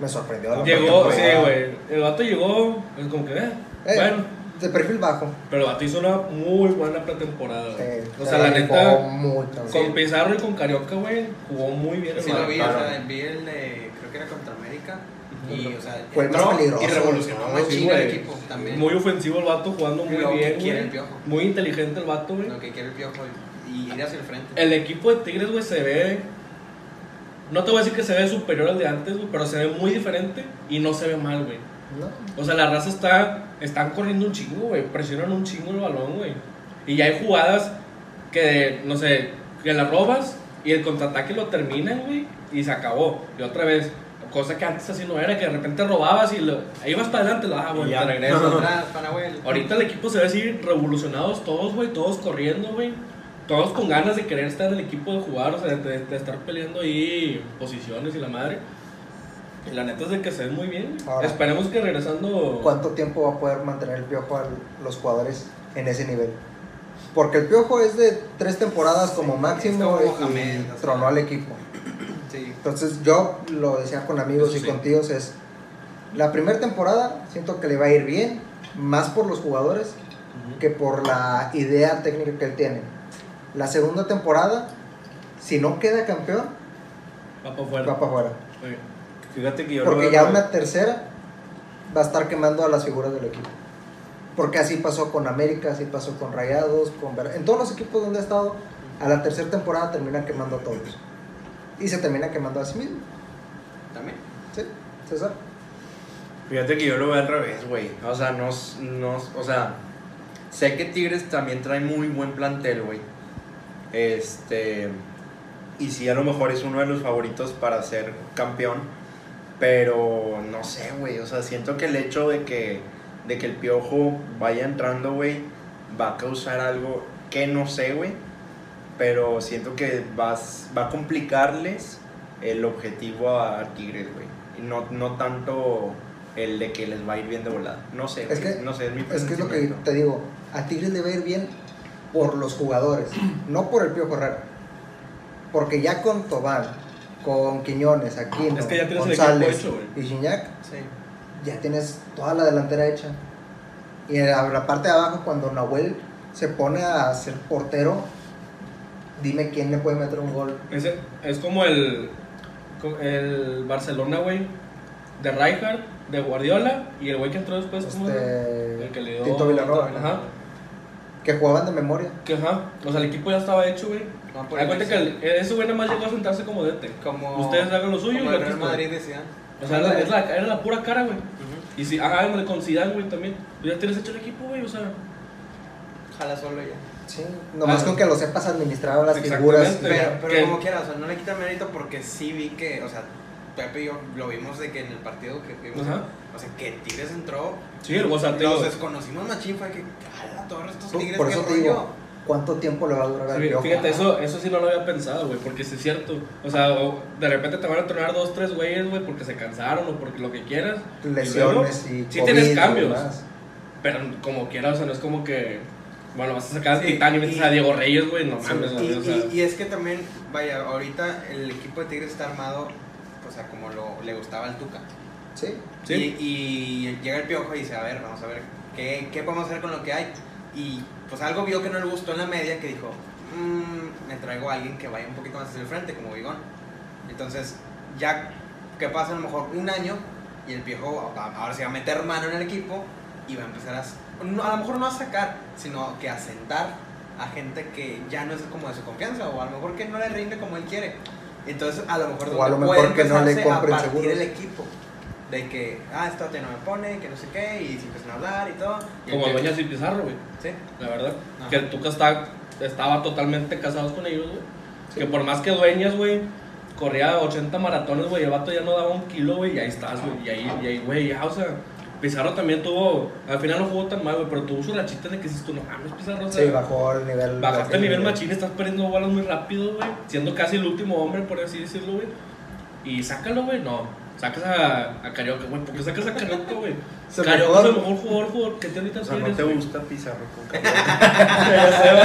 Speaker 3: Me sorprendió. la
Speaker 6: Llegó, sí,
Speaker 3: pretemporada.
Speaker 6: güey. El vato llegó, es como que, eh,
Speaker 3: Eh,
Speaker 6: bueno.
Speaker 3: De perfil bajo.
Speaker 6: Pero el vato hizo una muy buena pretemporada. güey.
Speaker 3: Sí,
Speaker 6: o sea, la
Speaker 3: le
Speaker 6: neta,
Speaker 3: jugó muy cabrón.
Speaker 6: con Pizarro y con Carioca, güey, jugó muy bien.
Speaker 5: Sí,
Speaker 6: el
Speaker 5: lo
Speaker 6: vato.
Speaker 5: vi, o
Speaker 4: Claro.
Speaker 5: sea, vi el de, creo que era contra América. Y, o sea,
Speaker 3: Fue el más
Speaker 5: entró
Speaker 3: peligroso,
Speaker 5: Y revolucionó
Speaker 3: ¿no?
Speaker 5: más
Speaker 6: Sí,
Speaker 5: chingo el
Speaker 6: güey.
Speaker 5: equipo también.
Speaker 6: Muy ofensivo el vato, jugando muy
Speaker 5: Lo que
Speaker 6: bien,
Speaker 5: quiere
Speaker 6: güey.
Speaker 5: el Piojo.
Speaker 6: Muy inteligente el vato, güey.
Speaker 5: Lo que quiere el piojo y ir hacia el frente.
Speaker 6: El equipo de Tigres, güey, se ve... No te voy a decir que se ve superior al de antes, güey, pero se ve muy diferente y no se ve mal, güey.
Speaker 3: No,
Speaker 6: O sea, la raza está. Están corriendo un chingo, güey. Presionan un chingo el balón, güey. Y ya hay jugadas que, no sé, que la robas y el contraataque lo terminan, güey. Y se acabó. Y otra vez. Cosa que antes así no era, que de repente robabas y lo, ahí vas para adelante, lo, ah, bueno,
Speaker 4: Y ya.
Speaker 6: te regreso.
Speaker 5: Atrás, Panahuel.
Speaker 6: Ahorita el equipo se ve así revolucionados todos, güey, todos corriendo, güey. Todos con ganas de querer estar en el equipo de jugar, o sea, de, de estar peleando ahí posiciones y la madre. Y la neta es de que se ven muy bien. güey.
Speaker 3: Ahora.
Speaker 6: Esperemos que regresando...
Speaker 3: ¿Cuánto tiempo va a poder mantener el piojo a los jugadores en ese nivel? Porque el piojo es de tres temporadas como
Speaker 5: Sí, es
Speaker 3: máximo
Speaker 5: como
Speaker 3: y
Speaker 5: Mohamed, o sea.
Speaker 3: tronó al equipo.
Speaker 5: Sí.
Speaker 3: Entonces yo lo decía con amigos
Speaker 6: Eso
Speaker 3: y
Speaker 6: sí.
Speaker 3: con tíos es la primera temporada siento que le va a ir bien más por los jugadores
Speaker 6: Ujú.
Speaker 3: que por la idea técnica que él tiene. La segunda temporada si no queda campeón
Speaker 6: Va para afuera.
Speaker 3: va para afuera.
Speaker 6: Sí.
Speaker 4: Fíjate que yo lo
Speaker 3: Porque
Speaker 4: veo,
Speaker 3: ya
Speaker 4: güey.
Speaker 3: una tercera va a estar quemando a las figuras del equipo. Porque así pasó con América, así pasó con Rayados, con Ver- en todos los equipos donde ha estado, a la tercera temporada termina quemando a todos. Y se termina quemando a sí mismo,
Speaker 5: También.
Speaker 3: ¿sí? César.
Speaker 4: Fíjate que yo lo veo al revés, güey. O sea, no, s- no, s- o sea, sé que Tigres también trae muy buen plantel, güey. Este, y sí, a lo mejor es uno de los favoritos para ser campeón, pero no sé, güey. O sea, siento que el hecho de que, de que el piojo vaya entrando, güey, va a causar algo que no sé, güey. Pero siento que vas, va a complicarles el objetivo a, a Tigres, güey. Y No, no tanto el de que les va a ir bien de volada. No sé,
Speaker 3: Es
Speaker 4: güey,
Speaker 3: que-
Speaker 4: no sé, es mi
Speaker 3: Es que es lo que
Speaker 4: pensamiento.
Speaker 3: te digo, a Tigres le va a ir bien por los jugadores, no por el Pío Herrera. Porque ya con Tobal, con Quiñones, Aquino,
Speaker 6: Es que ya tienes el
Speaker 3: González
Speaker 6: equipo hecho,
Speaker 3: y Gignac,
Speaker 5: Sí.
Speaker 3: ya tienes toda la delantera hecha. Y en la la parte de abajo, cuando Nahuel se pone a ser portero, dime quién le puede meter un gol.
Speaker 6: Es, es como el, co- el Barcelona, güey, de Rijkaard, de Guardiola, y el güey que entró después, ¿cómo era?
Speaker 3: Este,
Speaker 6: El que le dio...
Speaker 3: Tito Villarroel.
Speaker 6: Ajá,
Speaker 3: que jugaban de memoria.
Speaker 6: que ajá. O sea, el equipo ya estaba hecho, güey.
Speaker 5: Van por
Speaker 6: Hay
Speaker 5: el
Speaker 6: cuenta que
Speaker 5: Messi.
Speaker 6: el- ese güey nada más llegó a sentarse como DT.
Speaker 5: Como,
Speaker 6: Ustedes hagan lo suyo
Speaker 5: como
Speaker 6: y
Speaker 5: el
Speaker 6: aquí
Speaker 5: Real
Speaker 6: estoy.
Speaker 5: Madrid decía.
Speaker 6: O sea, era, es la, era la pura cara, güey. Y si, ajá, ándale, con Zidane, güey, también. Tú ya tienes hecho el equipo, güey, o sea...
Speaker 5: Jala solo ya.
Speaker 3: Sí, nomás
Speaker 6: Ah.
Speaker 3: con que lo sepas administrar las figuras.
Speaker 6: Exactamente.
Speaker 5: Pero, pero
Speaker 6: ¿Qué?
Speaker 5: como quiera, o sea, no le quita mérito porque sí vi que, o sea, Pepe y yo lo vimos de que en el partido que vimos,
Speaker 6: Ajá.
Speaker 5: o sea, que Tigres entró,
Speaker 6: Sí, el guasateo.
Speaker 5: nos desconocimos machín, fue que, a la torre, estos Tigres,
Speaker 3: Por
Speaker 5: qué
Speaker 3: eso te
Speaker 5: rollo".
Speaker 3: digo, ¿cuánto tiempo le va a durar al
Speaker 6: Sí,
Speaker 3: Piojo?
Speaker 6: Fíjate, eso, eso sí no lo había pensado, güey, porque sí es cierto. O sea, o- de repente te van a tronar dos, tres güeyes, güey, porque se cansaron o porque lo que quieras.
Speaker 3: lesiones y
Speaker 6: sí tienes
Speaker 3: COVID y
Speaker 6: cambios.
Speaker 3: demás.
Speaker 6: Pero como quieras, o sea, no es como que. Bueno, vas a sacar al
Speaker 5: Sí,
Speaker 6: titán y metes
Speaker 5: y-
Speaker 6: a Diego Reyes, güey, no mames,
Speaker 5: Y,
Speaker 6: güey, o sea.
Speaker 5: y- y es que también, vaya, ahorita el equipo de Tigres está armado, o sea, como lo, le gustaba al Tuca.
Speaker 3: Sí.
Speaker 6: Sí.
Speaker 5: Y, y llega el piojo y dice, a ver, vamos a ver, ¿qué, qué podemos hacer con lo que hay? Y pues algo vio que no le gustó en la media que dijo, "Mm, me traigo a alguien que vaya un poquito más hacia el frente, como Bigón. Entonces, ya que pasa a lo mejor un año y el piojo a- ahora se va a meter mano en el equipo y va a empezar a, s- no, a lo mejor no a sacar, sino que a sentar a gente que ya no es como de su confianza o a lo mejor que no le rinde como él quiere. Entonces, a lo mejor,
Speaker 3: O a
Speaker 5: donde
Speaker 3: lo
Speaker 5: puede
Speaker 3: mejor que no le
Speaker 5: empezarse
Speaker 3: compren
Speaker 5: a partir
Speaker 3: seguros.
Speaker 5: el equipo de que, ah, esta tía no me pone, que no sé qué, y se empiezan a hablar y todo. Y
Speaker 6: Como
Speaker 5: el-
Speaker 6: Dueñas y Pizarro, güey,
Speaker 5: Sí.
Speaker 6: la verdad.
Speaker 5: Ajá.
Speaker 6: Que el Tuca está, estaba totalmente casados con ellos, güey. Que por más que Dueñas, güey, corría 80 maratones, güey, el vato ya no daba un kilo, güey, y ahí estás, güey. Y ahí, y ahí, güey, ya, o sea. Pizarro también tuvo, al final no jugó tan mal, güey, pero tuvo su rachita en el que dices tú, no mames, Pizarro, o sea,
Speaker 3: Sí, bajó el nivel.
Speaker 6: Bajaste el nivel machín, estás perdiendo bolas muy rápido, güey. Siendo casi el último hombre, por así decirlo, güey. Y sácalo, güey. No. Sacas a, a Carioca, güey. ¿Por qué sacas a Carioca, güey?
Speaker 3: Es el
Speaker 6: Carioca
Speaker 3: mejor.
Speaker 6: es el mejor jugador, jugador que te ahorita
Speaker 4: O sea, no
Speaker 6: Tigres,
Speaker 4: te
Speaker 6: güey.
Speaker 4: gusta Pizarro con Carioca.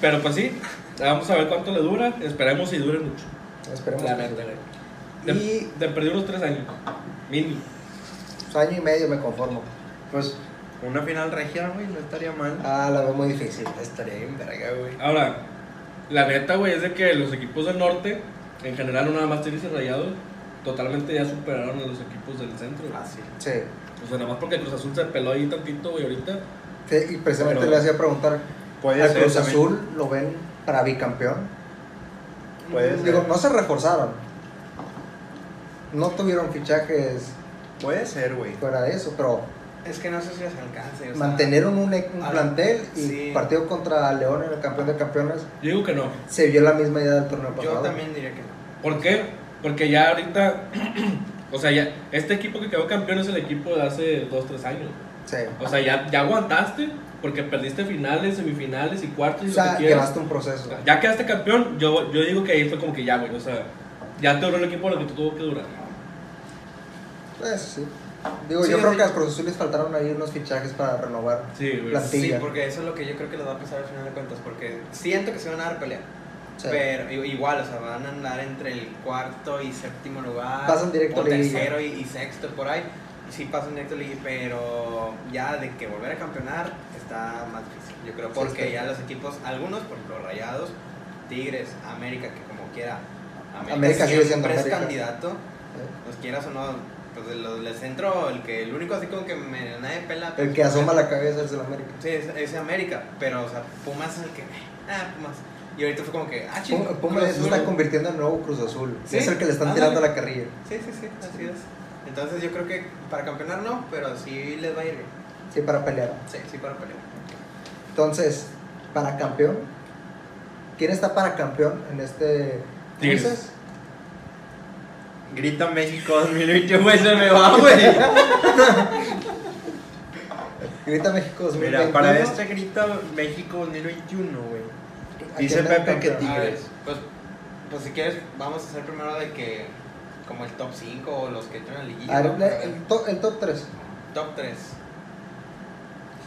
Speaker 6: Pero pues sí, vamos a ver cuánto le dura. Esperemos si dure mucho.
Speaker 3: Esperemos.
Speaker 6: La
Speaker 3: que
Speaker 6: neta,
Speaker 3: sí.
Speaker 6: De,
Speaker 3: Y-
Speaker 6: de perder unos tres años. Mínimo.
Speaker 3: Pues, año y medio me conformo.
Speaker 4: Pues una final regia, güey, no estaría mal.
Speaker 3: Ah, la veo muy difícil.
Speaker 4: Estaría bien verga, güey.
Speaker 6: Ahora, la neta, güey, es de que los equipos del norte, en general, no nada más Tigres y Rayados, totalmente ya superaron a los equipos del centro, güey.
Speaker 5: Fácil.
Speaker 3: Sí.
Speaker 6: O sea, nada más porque Cruz Azul se peló ahí tantito, güey, ahorita.
Speaker 3: Sí, Y precisamente
Speaker 6: Pero-
Speaker 3: le hacía preguntar:
Speaker 4: Puede
Speaker 3: ¿a
Speaker 4: ser
Speaker 3: Cruz
Speaker 4: también.
Speaker 3: Azul lo ven para bicampeón?
Speaker 4: Puede ser.
Speaker 3: Digo, no se reforzaron. No tuvieron fichajes
Speaker 4: Puede ser, güey.
Speaker 3: fuera de eso, pero
Speaker 5: Es que no sé si les alcance. o sea,
Speaker 3: mantenieron un, e- un
Speaker 5: a ver,
Speaker 3: plantel y
Speaker 5: sí.
Speaker 3: partido contra León en el campeón de campeones
Speaker 6: Yo digo que no.
Speaker 3: se vio la misma idea del torneo pasado.
Speaker 5: Yo también diría que no.
Speaker 6: ¿Por qué? Porque ya ahorita, o sea, ya este equipo que quedó campeón es el equipo de hace 2, 3 años.
Speaker 3: Sí.
Speaker 6: O sea, ya, ya aguantaste porque perdiste finales, semifinales y cuartos y
Speaker 3: O
Speaker 6: lo
Speaker 3: sea,
Speaker 6: que quieras.
Speaker 3: llevaste un proceso.
Speaker 6: Ya quedaste campeón, yo, yo digo que ahí fue como que ya, güey. O sea, ya te duró el equipo lo que te tuvo que durar.
Speaker 3: Pues sí. Digo,
Speaker 5: Sí,
Speaker 3: yo
Speaker 5: sí.
Speaker 3: creo que a Cruz Azul les faltaron ahí unos fichajes para renovar.
Speaker 6: Sí, güey.
Speaker 3: Las- Sí,
Speaker 5: Sí,
Speaker 3: ya.
Speaker 5: porque eso es lo que yo creo que les va a pesar al final de cuentas, porque siento que se van a dar pelea.
Speaker 3: Sí.
Speaker 5: Pero i- igual, o sea, van a andar entre el cuarto y séptimo lugar.
Speaker 3: Pasan directo
Speaker 5: o
Speaker 3: a liguilla.
Speaker 5: tercero y, y sexto por ahí. Sí pasan directo a liguilla, pero ya de que volver a campeonar está más difícil. Yo creo porque
Speaker 3: está
Speaker 5: ya los equipos, algunos, por ejemplo, Rayados, Tigres, América, que como quiera,
Speaker 3: América sigue siendo
Speaker 5: siempre es
Speaker 3: América.
Speaker 5: candidato,
Speaker 3: Sí.
Speaker 5: los quieras o no, pues de los del centro, el que el único así como que me nadie pela.
Speaker 3: El que asoma la cabeza es el América.
Speaker 5: Sí, es, es América, pero o sea, Pumas es el que. Ah, Pumas. Y ahorita fue como que, ah, chido.
Speaker 3: Pum- Pumas ya se está convirtiendo en nuevo Cruz Azul.
Speaker 5: Sí,
Speaker 3: Es el que le están
Speaker 5: ándale.
Speaker 3: tirando la carrilla.
Speaker 5: Sí, sí, sí, así es. Entonces yo creo que para campeonar no, pero sí les va a ir bien.
Speaker 3: Sí, para pelear.
Speaker 5: Sí, sí para pelear.
Speaker 3: Entonces, para campeón, ¿quién está para campeón en este. ¿Tú
Speaker 6: Tigres.
Speaker 3: dices?
Speaker 4: Grita México 2021, güey, se me va, güey.
Speaker 3: Grita México 2021.
Speaker 4: Mira, para este grita México 2021, güey.
Speaker 3: ¿a quién
Speaker 4: Dice
Speaker 3: dan
Speaker 4: Pepe que
Speaker 3: campeón?
Speaker 5: A ver,
Speaker 4: Tigres.
Speaker 5: pues, pues si quieres, vamos a hacer primero de que, como el top 5 o los que entran a la liguilla.
Speaker 3: A
Speaker 5: ¿no?
Speaker 3: ver,
Speaker 5: Para
Speaker 3: el,
Speaker 5: ver,
Speaker 3: to- el top 3.
Speaker 5: Top 3.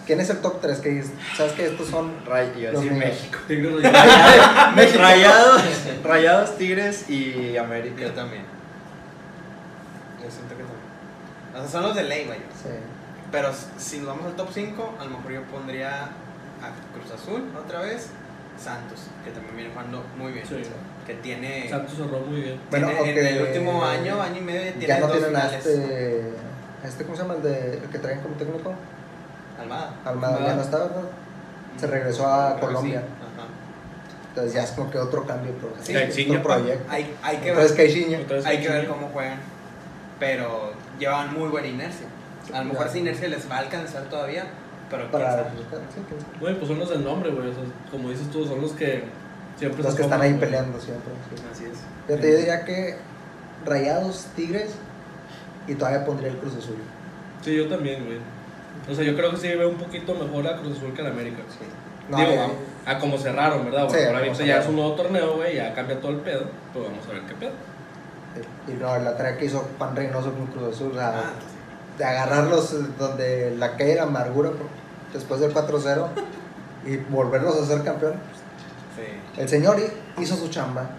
Speaker 3: ¿Quién es el top 3? Que dices, sabes que estos son.
Speaker 4: Ray, iba a
Speaker 3: Los
Speaker 4: decir
Speaker 3: míos.
Speaker 4: México.
Speaker 6: Tigres Rayados.
Speaker 4: Rayados, Rayados, Tigres y
Speaker 5: Yo
Speaker 4: América.
Speaker 5: también. Yo siento que también. O sea, son los de ley, vaya.
Speaker 3: Sí.
Speaker 5: Pero s- si nos vamos al top 5, a lo mejor yo pondría a Cruz Azul otra vez. Santos, que también viene jugando muy bien.
Speaker 6: Sí.
Speaker 5: Que tiene.
Speaker 6: Santos cerró muy bien.
Speaker 3: Bueno,
Speaker 5: tiene en
Speaker 3: aunque-
Speaker 5: el último año, año y medio, tiene
Speaker 3: ya no
Speaker 5: dos
Speaker 3: tienen a
Speaker 5: finales.
Speaker 3: este. a este ¿Cómo se llama? El, de, el que traen como técnico.
Speaker 5: Almada.
Speaker 3: Almada
Speaker 6: Almada.
Speaker 3: ya no está, ¿verdad? Se regresó
Speaker 5: Creo
Speaker 3: a
Speaker 5: que sí.
Speaker 3: Colombia.
Speaker 5: Ajá.
Speaker 3: Entonces ya es como que otro cambio. Pero,
Speaker 5: Sí,
Speaker 3: otro
Speaker 6: Caixinha, pa.
Speaker 3: proyecto.
Speaker 5: Hay, hay que
Speaker 3: Entonces,
Speaker 5: ver,
Speaker 3: Caixinha.
Speaker 6: Entonces,
Speaker 5: hay que ver cómo juegan. Pero llevan muy buena inercia. A lo mejor esa inercia les va a alcanzar todavía, pero quién
Speaker 3: Para.
Speaker 5: sabe.
Speaker 3: sí, quién sabe.
Speaker 6: Güey, pues son los del nombre, güey. o sea, como dices tú, son los que siempre
Speaker 3: Los
Speaker 6: se
Speaker 3: que están ahí
Speaker 6: comen, güey.
Speaker 3: peleando siempre. sí.
Speaker 5: Así es.
Speaker 3: Fíjate, yo diría que Rayados, Tigres y todavía pondría el Cruz Azul.
Speaker 6: Sí, yo también, güey. O sea, yo creo que sí veo un poquito mejor a Cruz Azul que a la América.
Speaker 3: No, eh,
Speaker 6: Digo,
Speaker 3: ya-
Speaker 6: a, a como cerraron, ¿verdad? güey?
Speaker 3: Sí,
Speaker 6: Ahora
Speaker 3: como
Speaker 6: ahorita ya es
Speaker 3: cerraron.
Speaker 6: un nuevo torneo, güey, ya cambia todo el pedo. Pues vamos a ver qué pedo.
Speaker 3: y no, la tarea que hizo Pan Reynoso con Cruz Azul, o sea,
Speaker 5: Ah,
Speaker 3: de agarrarlos eh, donde la calle de la amargura por- después del 4-0 y volverlos a ser campeón.
Speaker 5: sí.
Speaker 3: El señor hi- hizo su chamba,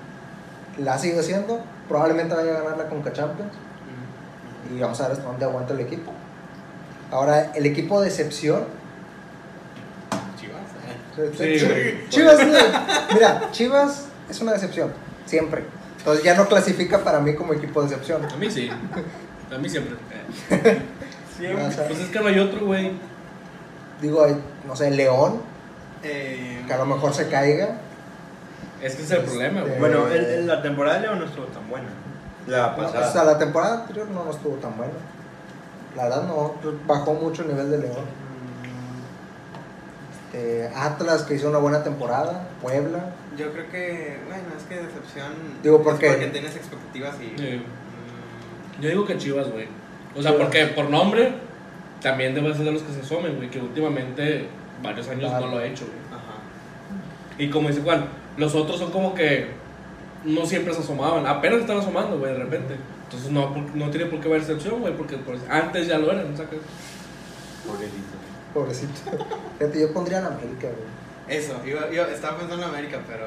Speaker 3: la sigue haciendo, probablemente vaya a ganar la Conca Champions y vamos a ver hasta dónde aguanta el equipo. Ahora, el equipo de excepción
Speaker 5: Chivas. ¿eh?
Speaker 6: Sí, güey.
Speaker 3: Chivas, no. mira, Chivas es una decepción, siempre. Entonces ya no clasifica para mí como equipo de decepción.
Speaker 6: A mí sí. A mí siempre.
Speaker 3: O sea,
Speaker 6: Pues es que no hay otro, güey.
Speaker 3: digo, eh, no sé, León,
Speaker 5: Eh,
Speaker 3: que a lo mejor se caiga.
Speaker 6: Es que ese
Speaker 3: pues,
Speaker 6: es el problema,
Speaker 3: eh.
Speaker 6: güey.
Speaker 4: Bueno, el- el- la temporada de León no estuvo tan buena. La
Speaker 3: No, pues, o
Speaker 4: pasada.
Speaker 3: sea, la temporada anterior no, no estuvo tan buena. La verdad no, Pues, bajó mucho el nivel de León. Este, Atlas que hizo una buena temporada, Puebla.
Speaker 5: yo creo que, bueno, es que decepción.
Speaker 3: Digo,
Speaker 5: es
Speaker 3: porque-
Speaker 5: tienes expectativas y.
Speaker 6: Sí.
Speaker 5: Mm,
Speaker 6: Eh, Yo digo que Chivas, güey. O sea, porque por nombre también debe ser de los que se asomen, güey, que últimamente varios años
Speaker 3: Claro.
Speaker 6: no lo ha hecho, güey.
Speaker 5: Ajá.
Speaker 6: Y como dice Juan, los otros son como que no siempre se asomaban, apenas están asomando, güey, de repente. Entonces no, por- no tiene por qué haber excepción, güey, porque pues, antes ya lo eran, ¿sacas?
Speaker 4: Pobrecito.
Speaker 3: Pobrecito. Fíjate, yo pondría en América, güey.
Speaker 5: Eso, iba- yo estaba pensando en América, pero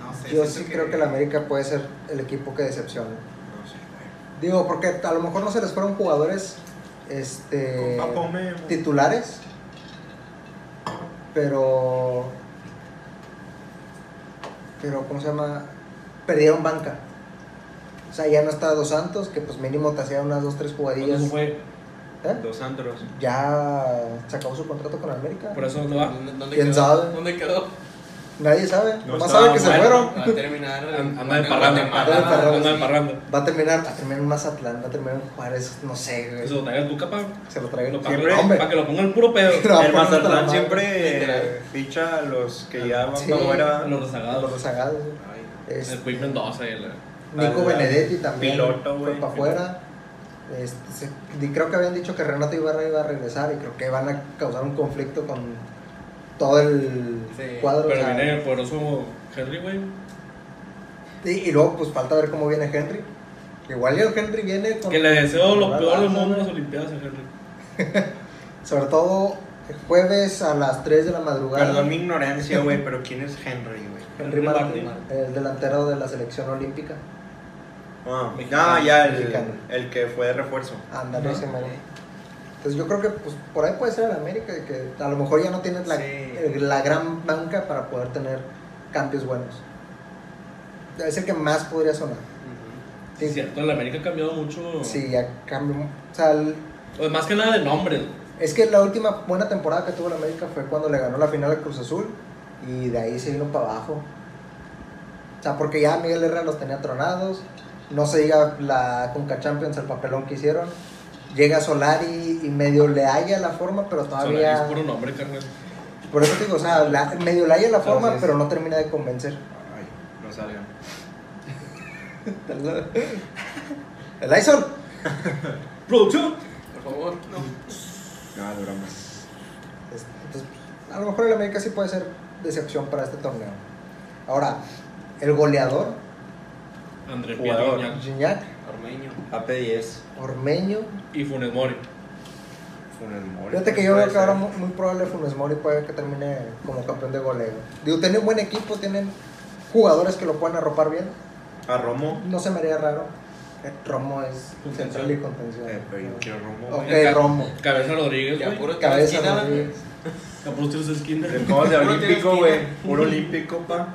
Speaker 5: no sé.
Speaker 3: Yo
Speaker 5: siento
Speaker 3: sí creo que la América puede ser el equipo que decepciona.
Speaker 4: No sé,
Speaker 3: Eh,
Speaker 4: güey.
Speaker 3: Digo, porque a lo mejor no se les fueron jugadores este,
Speaker 4: Compa, come.
Speaker 3: titulares, pero. Pero, ¿cómo se llama? Perdieron banca. O sea, ya no está Dos Santos, que pues mínimo te hacía unas dos, tres
Speaker 6: Cuando
Speaker 3: jugadillas.
Speaker 6: se fue,
Speaker 3: ¿Eh?
Speaker 4: Dos Andros.
Speaker 3: Ya se acabó su contrato con América.
Speaker 6: por eso no va.
Speaker 5: ¿Dónde, dónde
Speaker 3: ¿Quién
Speaker 5: quedó?
Speaker 3: sabe?
Speaker 5: ¿Dónde quedó?
Speaker 3: Nadie sabe,
Speaker 4: No
Speaker 3: nomás
Speaker 4: estaba
Speaker 3: sabe que se
Speaker 4: bueno.
Speaker 3: fueron.
Speaker 5: Va a terminar.
Speaker 6: An- Anda de
Speaker 5: en
Speaker 6: parranda,
Speaker 5: Guatemala.
Speaker 3: Anda de parranda.
Speaker 6: anda de parranda.
Speaker 3: Va a terminar, va a terminar en Mazatlán, va a terminar en Juárez, no sé, güey.
Speaker 6: Eso lo traigas tú, capaz.
Speaker 3: Se lo traigo.
Speaker 6: Para que,
Speaker 4: Siempre,
Speaker 6: lo-
Speaker 3: hombre.
Speaker 6: pa' que lo ponga el puro pedo.
Speaker 3: No,
Speaker 4: el
Speaker 3: pero no está la
Speaker 4: Mazatlán
Speaker 3: madre.
Speaker 4: siempre eh,
Speaker 5: Literal.
Speaker 4: ficha a los que ya van
Speaker 3: Sí.
Speaker 4: para
Speaker 6: A
Speaker 4: afuera.
Speaker 6: Los rezagados.
Speaker 3: Los rezagados, güey.
Speaker 5: Ay,
Speaker 3: Este,
Speaker 5: no.
Speaker 3: Es-
Speaker 6: El Quick Mendoza. el-
Speaker 3: Nico
Speaker 4: Al-
Speaker 3: Benedetti también
Speaker 4: piloto,
Speaker 3: fue
Speaker 4: güey.
Speaker 3: para afuera. Este, se- y creo que habían dicho que Renato Ibarra iba a regresar y creo que van a causar un conflicto con todo el
Speaker 5: Sí,
Speaker 3: cuadro. o
Speaker 6: Pero
Speaker 3: sea,
Speaker 6: viene el poderoso Henry, güey.
Speaker 3: y, y luego pues falta ver cómo viene Henry. Igual yo Henry viene con...
Speaker 6: Que le deseo lo
Speaker 3: con
Speaker 6: peor del
Speaker 3: balazos,
Speaker 6: mundo en las
Speaker 3: ¿no?
Speaker 6: Olimpiadas a Henry.
Speaker 3: Sobre todo el jueves a las 3 de la madrugada.
Speaker 4: Perdón mi ignorancia, güey, pero ¿quién es Henry, güey?
Speaker 3: Henry
Speaker 6: Henry
Speaker 3: Martin,
Speaker 6: Martin.
Speaker 3: el delantero de la selección olímpica.
Speaker 4: Ah,
Speaker 6: Mexicano.
Speaker 4: no, ya
Speaker 3: Mexicano.
Speaker 4: el, el que fue de refuerzo.
Speaker 3: Ándale,
Speaker 6: Ajá.
Speaker 3: ese mero. Entonces yo creo que pues, por ahí puede ser el América, de que a lo mejor ya no tienes la,
Speaker 5: Sí.
Speaker 3: eh, la gran banca para poder tener cambios buenos. Debe ser que más podría sonar.
Speaker 5: Ujú.
Speaker 6: Sí, es cierto, el América ha cambiado mucho.
Speaker 3: Sí, ya cambió. O sea, el-
Speaker 6: O más que nada de nombres.
Speaker 3: es que la última buena temporada que tuvo el América fue cuando le ganó la final al Cruz Azul y de ahí se vino para abajo. sea, porque ya Miguel Herrera los tenía tronados. No se diga la Conca Champions, el papelón que hicieron. Llega Solari y medio le halla la forma, pero
Speaker 6: Solari
Speaker 3: todavía.
Speaker 6: Es puro nombre, carnal.
Speaker 3: Por eso te digo, o sea, la- medio le halla la forma,
Speaker 5: Entonces-
Speaker 3: pero no termina de convencer.
Speaker 5: Ay, no salgan.
Speaker 3: El Aizor.
Speaker 6: Producción.
Speaker 5: Por favor, no.
Speaker 4: No, es Ah, broma.
Speaker 3: Es- Entonces, a lo mejor el América sí puede ser decepción para este torneo. Ahora, el goleador,
Speaker 6: André
Speaker 4: Jugador.
Speaker 6: Pierre Gignac
Speaker 3: Gignac,
Speaker 5: Ormeño.
Speaker 4: AP10.
Speaker 3: Ormeño.
Speaker 6: y Funes Mori.
Speaker 4: Funes Mori.
Speaker 3: Fíjate que yo
Speaker 4: Puede
Speaker 3: veo que ahora
Speaker 4: ser.
Speaker 3: mu- muy probable Funes Mori puede que termine como campeón de goleo. Digo, tienen buen equipo, tienen jugadores que lo pueden arropar bien.
Speaker 4: A Romo.
Speaker 3: No se me haría raro. Eh, Romo es
Speaker 6: Contención.
Speaker 3: central y contención.
Speaker 4: Eh, pero yo quiero Romo.
Speaker 3: Ok,
Speaker 4: güey.
Speaker 6: Ca-
Speaker 3: Romo.
Speaker 6: Cabeza Rodríguez,
Speaker 5: Ya,
Speaker 6: güey.
Speaker 5: puro
Speaker 3: Cabeza
Speaker 5: esquina,
Speaker 3: Rodríguez.
Speaker 6: A puros tiros de esquina.
Speaker 4: Te pongo de
Speaker 5: Puro
Speaker 4: olímpico,
Speaker 5: tiro
Speaker 4: güey.
Speaker 5: Oh. esquina.
Speaker 4: Puro olímpico, pa.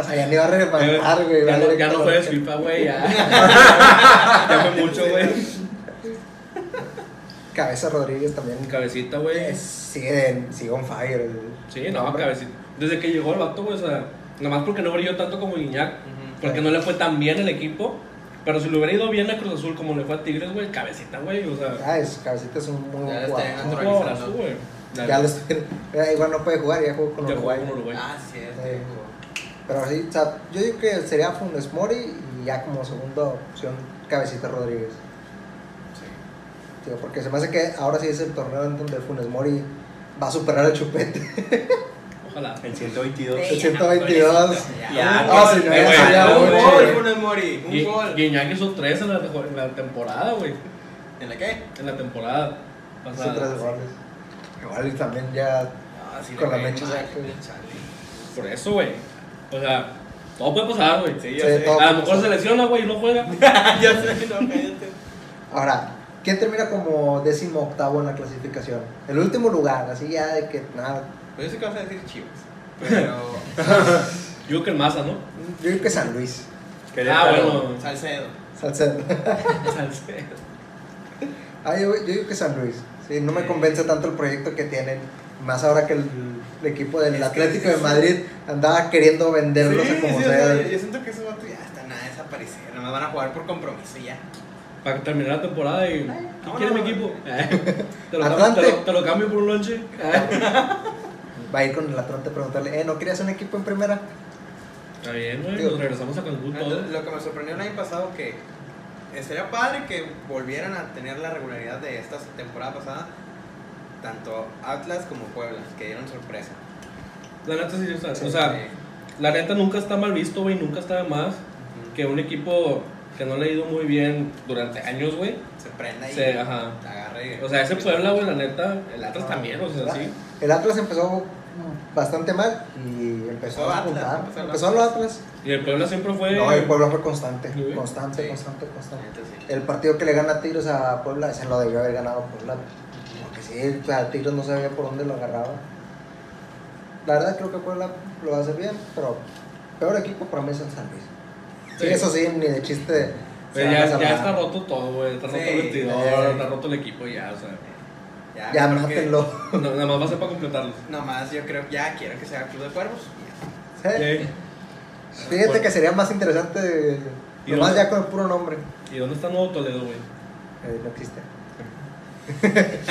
Speaker 3: O sea, ya ni va a reparar, güey. va
Speaker 6: Ya no,
Speaker 3: directo
Speaker 6: ya no
Speaker 3: a la
Speaker 6: juegues
Speaker 3: banca.
Speaker 6: FIFA, güey. Ya. ya fue mucho, güey.
Speaker 3: Cabeza Rodríguez también.
Speaker 6: Cabecita, güey.
Speaker 3: Es- Sigue, en- sigue on fire. el-
Speaker 6: Sí, no,
Speaker 3: hombre.
Speaker 6: cabecita. Desde que llegó el vato, güey, o sea, nada más porque no brilló tanto como Guiñac,
Speaker 5: Ujú.
Speaker 6: porque no le fue tan bien el equipo. Pero si le hubiera ido bien a Cruz Azul como le fue a Tigres, güey, cabecita, güey. O sea,
Speaker 3: Ah, es, Cabecita es un muy
Speaker 5: Ya
Speaker 3: buen
Speaker 5: está
Speaker 6: es
Speaker 3: jugador.
Speaker 6: un
Speaker 5: naturalizando.
Speaker 6: jugadorazo, güey.
Speaker 3: Ah, Ya lo estoy- eh, Igual no puede jugar, ya jugó con
Speaker 6: Ya jugó
Speaker 3: Uruguay.
Speaker 6: con Uruguay.
Speaker 5: Ah, sí, es
Speaker 3: Eh, Pero sí, o sea, yo digo que sería Funes Mori y ya como segunda opción Cabecita Rodríguez. Digo, porque se me hace que ahora sí es el torneo en donde Funes Mori va a superar al Chupete.
Speaker 6: Ojalá.
Speaker 4: El 122.
Speaker 3: El 122.
Speaker 4: Ya,
Speaker 3: Ah, sí, no,
Speaker 4: eh,
Speaker 3: ya
Speaker 4: güey,
Speaker 3: sería
Speaker 4: no,
Speaker 5: un
Speaker 3: bueno.
Speaker 4: güey.
Speaker 5: gol, Funes Mori, un
Speaker 6: Gui-
Speaker 5: gol.
Speaker 6: Guiñac hizo tres en la, en la temporada, güey.
Speaker 5: ¿En la qué?
Speaker 6: En la temporada
Speaker 3: Hizo tres
Speaker 6: pasada.
Speaker 3: goles. Igual y también ya
Speaker 5: Ah, sí,
Speaker 3: Con
Speaker 5: le
Speaker 3: la
Speaker 5: cae
Speaker 3: mecha,
Speaker 5: mal,
Speaker 3: o sea, que-
Speaker 5: chale.
Speaker 6: Por eso, güey. O sea, todo puede pasar, güey.
Speaker 5: Sí,
Speaker 3: Sí,
Speaker 5: ya sé.
Speaker 3: todo.
Speaker 6: A lo mejor se lesiona, güey, y no juega.
Speaker 5: Ya sé, no, cállate.
Speaker 3: Ahora, ¿quién termina como décimo octavo en la clasificación? El último lugar, así ya de que nada.
Speaker 5: Pues yo sé que vas a decir Chivas. Pero.
Speaker 6: Yo creo que el Maza, ¿no?
Speaker 3: Yo digo que San Luis.
Speaker 6: Ah,
Speaker 4: Querétaro.
Speaker 6: bueno.
Speaker 5: Salcedo.
Speaker 3: Salcedo.
Speaker 6: Salcedo.
Speaker 3: Ah, yo, yo digo que San Luis. Sí, no me convence tanto el proyecto que tienen. Más ahora que el, el equipo del
Speaker 5: Es que
Speaker 3: Atlético
Speaker 5: es-
Speaker 3: de Madrid andaba queriendo venderlos
Speaker 5: sí,
Speaker 3: a como
Speaker 5: sí, o
Speaker 3: sea.
Speaker 5: sea, yo siento que esos vatos ya hasta nada desaparecer. Nada más van a jugar por compromiso y ya.
Speaker 6: Para que termine la temporada y. ¿Quién
Speaker 5: no, no,
Speaker 6: quiere mi
Speaker 5: no.
Speaker 6: equipo? Eh, Te lo, cambio,
Speaker 3: Atlante.
Speaker 6: te, lo, te lo cambio por un lonche. Eh,
Speaker 3: Va a ir con el Atlante a preguntarle, eh, ¿no querías un equipo en primera?
Speaker 6: Está bien, güey. Nos regresamos a Cancún todos.
Speaker 5: Lo que me sorprendió el año pasado que estaría padre que volvieran a tener la regularidad de esta temporada pasada, tanto Atlas como Puebla, que dieron sorpresa.
Speaker 6: La neta sí, o sea, o sea, la neta nunca está mal visto, güey. Nunca está de más
Speaker 5: que
Speaker 6: que un equipo que no le ha ido muy bien durante años, güey.
Speaker 5: se prenda y
Speaker 6: Se, ajá.
Speaker 5: agarre. pues,
Speaker 6: O sea, ese Puebla, güey, la neta, el Atlas también, o sea, sí.
Speaker 3: El Atlas empezó bastante mal y empezó
Speaker 5: Empezó
Speaker 3: a
Speaker 5: Atlas,
Speaker 3: apuntar.
Speaker 5: empezó el
Speaker 3: Empezó los Atlas.
Speaker 6: Y el Puebla siempre fue.
Speaker 3: No, pues, el Puebla fue constante,
Speaker 6: Sí.
Speaker 3: constante,
Speaker 5: Sí.
Speaker 3: constante, constante.
Speaker 5: Entonces, sí.
Speaker 3: El partido que le gana a Tigres a Puebla, ese lo debió haber ganado Puebla. Porque sí, o sea, Tigres no sabía por dónde lo agarraba. La verdad creo que Puebla lo va a hacer bien, pero peor equipo para mí es el San Luis. Sí,
Speaker 6: Sí.
Speaker 3: eso sí, ni de chiste. se
Speaker 6: Pero
Speaker 3: van a
Speaker 6: eh, ya, ya
Speaker 3: salvar.
Speaker 6: está roto todo, güey. Está roto
Speaker 5: Sí,
Speaker 6: el vestidor,
Speaker 3: sí.
Speaker 6: está roto el equipo, ya, o sea.
Speaker 5: Ya,
Speaker 3: Ya
Speaker 5: creo que-
Speaker 3: mátenlo.
Speaker 6: no- nada más va a ser para completarlo.
Speaker 5: Nomás yo creo, ya quiero que sea Club de Cuervos. y ya.
Speaker 3: Sí.
Speaker 6: Yay.
Speaker 3: Fíjate que sería más interesante,
Speaker 6: ¿Y
Speaker 3: nomás
Speaker 6: dónde?
Speaker 3: ya con el puro nombre.
Speaker 6: ¿Y dónde está Nuevo Toledo, güey?
Speaker 3: Eh, no existe.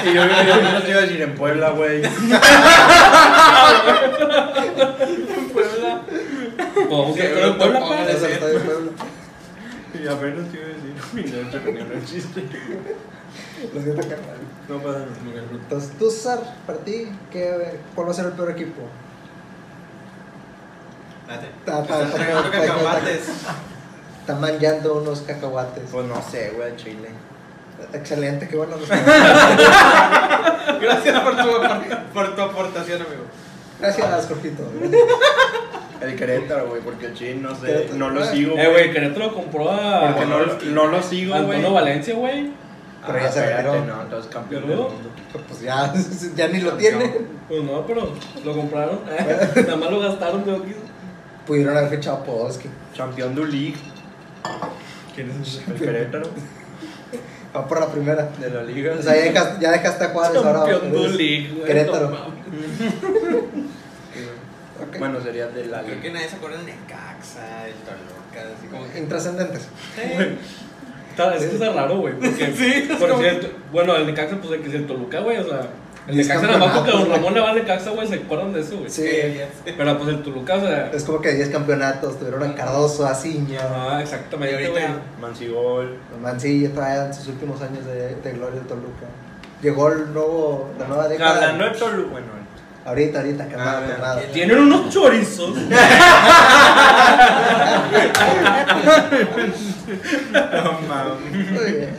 Speaker 4: Y yo, yo, yo no te iba a decir en Puebla, güey.
Speaker 6: Puebla. Podemos ir pero en Puebla, pa.
Speaker 3: Eso está de Puebla.
Speaker 4: Y apenas te iba a decir. Y no te tenía un chiste.
Speaker 3: Lo siento, carnal.
Speaker 4: No pasa nada.
Speaker 3: Entonces, tú, César, para ti, ¿qué- ¿cuál va a ser el peor equipo?
Speaker 5: Date.
Speaker 3: Ta- ta- ta-
Speaker 5: Están entregando
Speaker 3: ta- ta- ta-
Speaker 5: cacahuates.
Speaker 3: Están manchando unos cacahuates.
Speaker 4: Pues no sé, güey, Chile.
Speaker 3: Excelente, qué bueno.
Speaker 5: Gracias por tu, por, por tu aportación, amigo.
Speaker 3: Gracias, Jorgito.
Speaker 4: El Querétaro, güey, porque el Chile no sé.
Speaker 3: Querétaro.
Speaker 4: No lo sigo.
Speaker 6: Eh, güey, Querétaro compró a.
Speaker 4: Porque no, lo- no lo sigo, güey.
Speaker 6: Antonio Valencia, güey.
Speaker 3: Pero ya se
Speaker 4: espérate,
Speaker 3: retiró.
Speaker 4: No, entonces campeón del
Speaker 6: ¿Pero?
Speaker 4: mundo.
Speaker 3: Pues ya, ya ni lo tienen.
Speaker 6: Pues no, pero lo compraron. nada más lo gastaron, güey.
Speaker 3: Pudieron haber fichado a Podolski.
Speaker 4: Campeón de League.
Speaker 6: ¿Quién es
Speaker 4: El Querétaro.
Speaker 3: Va por la primera.
Speaker 4: De la Liga.
Speaker 3: O sea, ya dejaste, ya dejaste a Juárez ahora.
Speaker 6: Campeón de
Speaker 3: eres
Speaker 6: League, güey.
Speaker 3: Querétaro.
Speaker 6: no mames.
Speaker 3: Ok,
Speaker 4: Bueno, sería de la
Speaker 5: Creo que nadie se acuerda del Necaxa, el Toluca, así como que.
Speaker 3: Intrascendentes.
Speaker 6: Está- es que está raro, güey. Porque,
Speaker 5: Sí, es
Speaker 6: por
Speaker 5: como-
Speaker 6: decir, el- bueno, el Necaxa, pues el que es el Toluca, güey. O sea, el
Speaker 3: Diez
Speaker 6: Necaxa nada más porque
Speaker 3: campeonatos,
Speaker 6: Don
Speaker 3: güey.
Speaker 6: Ramón le va al Necaxa, güey, se acuerdan de eso, güey.
Speaker 3: Sí.
Speaker 6: Pero pues el Toluca, o sea.
Speaker 3: Es como que 10 campeonatos, tuvieron a Cardoso, a Ciña,
Speaker 6: Ajá,
Speaker 5: Y
Speaker 6: ah, exactamente, güey.
Speaker 5: ahorita-
Speaker 4: Mancigol.
Speaker 3: Mancilla todavía en sus últimos años de, de gloria de Toluca. Llegó el nuevo, la nueva década.
Speaker 4: Hablando de Toluca, bueno,
Speaker 3: Ahorita, ahorita, que nada, que
Speaker 5: Ah,
Speaker 3: nada.
Speaker 5: bien.
Speaker 6: Tienen unos chorizos.
Speaker 4: no mames.
Speaker 3: Muy bien.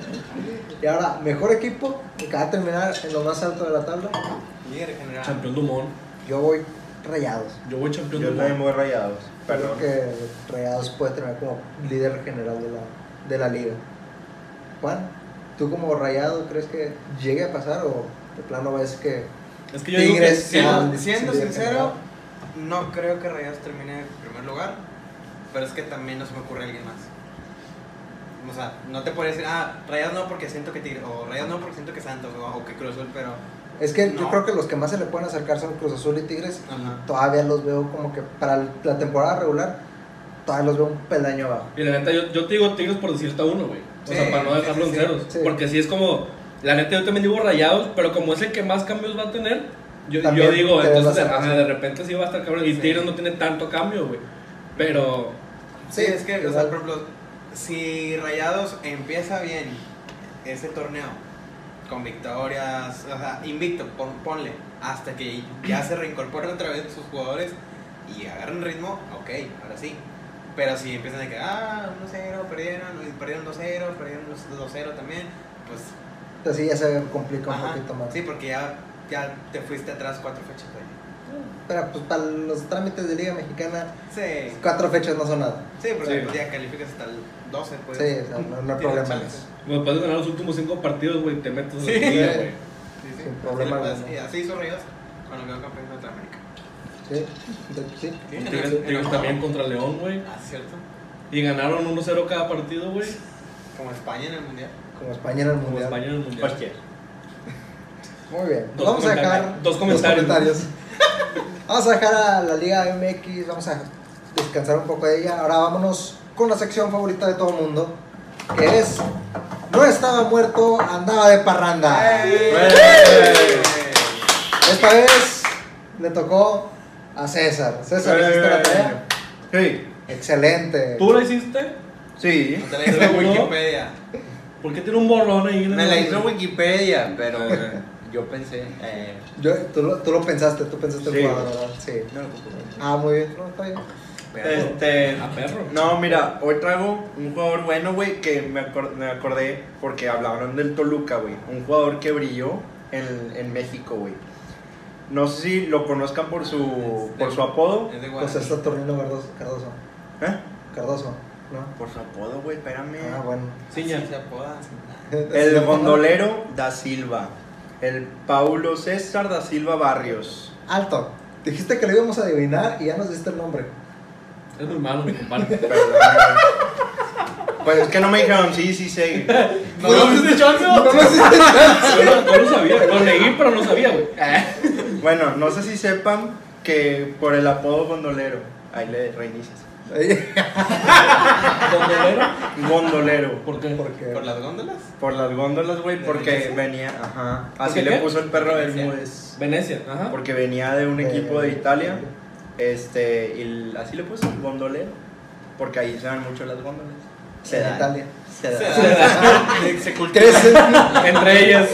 Speaker 3: Y ahora, mejor equipo, el que va a terminar en lo más alto de la tabla,
Speaker 5: Líder general.
Speaker 6: Campeón Dumont.
Speaker 3: yo voy rayados.
Speaker 6: Yo voy campeón
Speaker 4: Yo también
Speaker 6: Dumont.
Speaker 4: voy rayados.
Speaker 3: Creo
Speaker 4: Perdón.
Speaker 3: que Rayados puede terminar como líder general de la, de la liga. Juan, ¿tú como Rayado crees que llegue a pasar o de plano ves que
Speaker 6: Es que yo digo que.
Speaker 3: Tigres
Speaker 6: Sí,
Speaker 3: sea
Speaker 5: Siendo,
Speaker 3: el
Speaker 5: siendo
Speaker 3: líder
Speaker 5: sincero,
Speaker 3: general?
Speaker 5: no creo que Rayados termine en primer lugar, pero es que también no se me ocurre alguien más. O sea, no te puedes decir, ah, Rayados no porque siento que Tigre, o Rayados no porque siento que Santos, o, o que Cruz Azul, pero...
Speaker 3: Es que yo
Speaker 5: no.
Speaker 3: creo que los que más se le pueden acercar son Cruz Azul y Tigres.
Speaker 5: Ajá.
Speaker 3: Todavía los veo como que para la temporada regular, todavía los veo un peldaño abajo.
Speaker 6: Y la neta, yo, yo te digo Tigres por decirte a uno, güey. O
Speaker 5: Sí,
Speaker 6: sea, para no
Speaker 5: sí,
Speaker 6: dejarlo
Speaker 5: sí,
Speaker 6: en
Speaker 5: sí,
Speaker 6: ceros.
Speaker 3: sí.
Speaker 6: Porque si es como. La neta, yo también digo rayados, pero como es el que más cambios va a tener, yo,
Speaker 3: También
Speaker 6: yo digo,
Speaker 3: te
Speaker 6: entonces
Speaker 3: vas a-
Speaker 6: ajá, de repente sí va a estar cabrón. Y
Speaker 5: Sí.
Speaker 6: Tigres no tiene tanto cambio, güey. Pero.
Speaker 5: Sí, es que, o sea,
Speaker 3: igual.
Speaker 5: por ejemplo, si Rayados empieza bien ese torneo con victorias, o sea, invicto, pon- ponle, hasta que ya se reincorporen otra vez sus jugadores y agarren ritmo, ok, ahora sí. Pero si empiezan a que, ah, 1-0, perdieron, y perdieron 2-0, perdieron 2-0 también, pues.
Speaker 3: Entonces sí, ya se complica un
Speaker 5: ajá,
Speaker 3: poquito más.
Speaker 5: Sí, porque ya, ya te fuiste atrás cuatro fechas ahí.
Speaker 3: Pero pues para los trámites de Liga Mexicana,
Speaker 5: Sí,
Speaker 3: cuatro fechas no son nada.
Speaker 5: sí, porque
Speaker 6: Sí.
Speaker 5: pues, ya calificas hasta el 12, pues.
Speaker 3: Sí, o sea, no, no hay
Speaker 5: Tienes
Speaker 3: problema en
Speaker 5: chance.
Speaker 3: eso.
Speaker 6: Bueno, pues, después de ganar los últimos cinco partidos, güey, te metes en
Speaker 5: Sí.
Speaker 6: la liguilla, güey.
Speaker 5: Sí, sí.
Speaker 3: Sin problema
Speaker 5: Así le pasa.
Speaker 3: alguno.
Speaker 5: Y así hizo Reyes cuando quedó campeón de América.
Speaker 3: Sí, de- sí.
Speaker 6: Y Tigres, Tigres también contra León, güey.
Speaker 5: Ah, sí, cierto.
Speaker 6: Y ganaron 1-0 cada partido, güey.
Speaker 5: Como España en el Mundial.
Speaker 3: Como España en el
Speaker 6: Como
Speaker 3: mundial.
Speaker 6: España en el mundial.
Speaker 4: Hostia.
Speaker 3: Muy bien.
Speaker 6: Dos
Speaker 3: vamos a
Speaker 6: comentarios.
Speaker 3: dejar
Speaker 6: Dos comentarios.
Speaker 3: vamos a dejar a la Liga MX, vamos a descansar un poco de ella. Ahora vámonos con la sección favorita de todo el mundo, que es No estaba muerto, andaba de parranda.
Speaker 4: ¡Eh!
Speaker 3: Esta vez le tocó a César. César, ¿hiciste la tarea?
Speaker 4: Sí.
Speaker 3: Excelente.
Speaker 6: ¿Tú la hiciste?
Speaker 4: Sí.
Speaker 5: Te la hizo Wikipedia.
Speaker 6: ¿Por qué tiene un borrón ahí? en el
Speaker 4: Me la
Speaker 6: nombre?
Speaker 4: hizo Wikipedia, pero eh, yo pensé. Eh,
Speaker 3: Yo- tú, lo, tú lo pensaste, tú pensaste
Speaker 4: Sí.
Speaker 3: el jugador, ¿verdad? Sí.
Speaker 4: no lo ocupo.
Speaker 3: Ah, muy bien. No, está bien.
Speaker 4: Este.
Speaker 6: A Ah, perro.
Speaker 4: No, mira, hoy traigo un jugador bueno, güey, que me, acor- me acordé porque hablaron del Toluca, güey. Un jugador que brilló en, en México, güey. No sé si lo conozcan por su, por su apodo.
Speaker 5: Es de
Speaker 3: Pues
Speaker 5: Guadalajara.
Speaker 3: está Tornino Cardoso. Cardoso.
Speaker 4: ¿Eh?
Speaker 3: Cardoso, ¿no?
Speaker 4: Por su apodo, güey, espérame.
Speaker 3: Ah, bueno.
Speaker 5: Sí,
Speaker 6: Ciña.
Speaker 5: se apoda.
Speaker 4: El gondolero da Silva. El Paulo César da Silva Barrios.
Speaker 3: Alto. Dijiste que lo íbamos a adivinar y ya nos diste el nombre.
Speaker 6: Es muy malo, mi compadre.
Speaker 4: Perdón. pues es que no me dijeron, sí, sí, sí.
Speaker 6: ¿No lo hiciste, Choncho?
Speaker 3: No nos diste
Speaker 6: Yo no, no lo sabía. Lo leí, pero no sabía, güey.
Speaker 4: Bueno, no sé si sepan que por el apodo gondolero. Ahí le reinicias.
Speaker 3: Oye,
Speaker 6: ¿Gondolero?
Speaker 4: Gondolero.
Speaker 6: ¿Por qué?
Speaker 3: Porque.
Speaker 5: ¿Por las góndolas?
Speaker 4: Por las góndolas, güey,
Speaker 5: ¿De
Speaker 4: porque
Speaker 5: Venecia?
Speaker 4: venía, ajá.
Speaker 6: ¿Por
Speaker 4: Así
Speaker 6: qué Ah.
Speaker 4: le
Speaker 6: qué?
Speaker 4: puso el perro del
Speaker 5: Venecia.
Speaker 4: Mudes.
Speaker 6: Venecia, ajá.
Speaker 4: Porque venía de un
Speaker 3: Eh,
Speaker 4: equipo de Italia. Este, y l- así le puso el gondolero. Porque ahí se dan mucho las góndolas. Se
Speaker 3: En
Speaker 4: dan.
Speaker 3: Italia.
Speaker 4: Se dan.
Speaker 5: Se, se cultiva.
Speaker 3: Crecen.
Speaker 6: Entre ellas.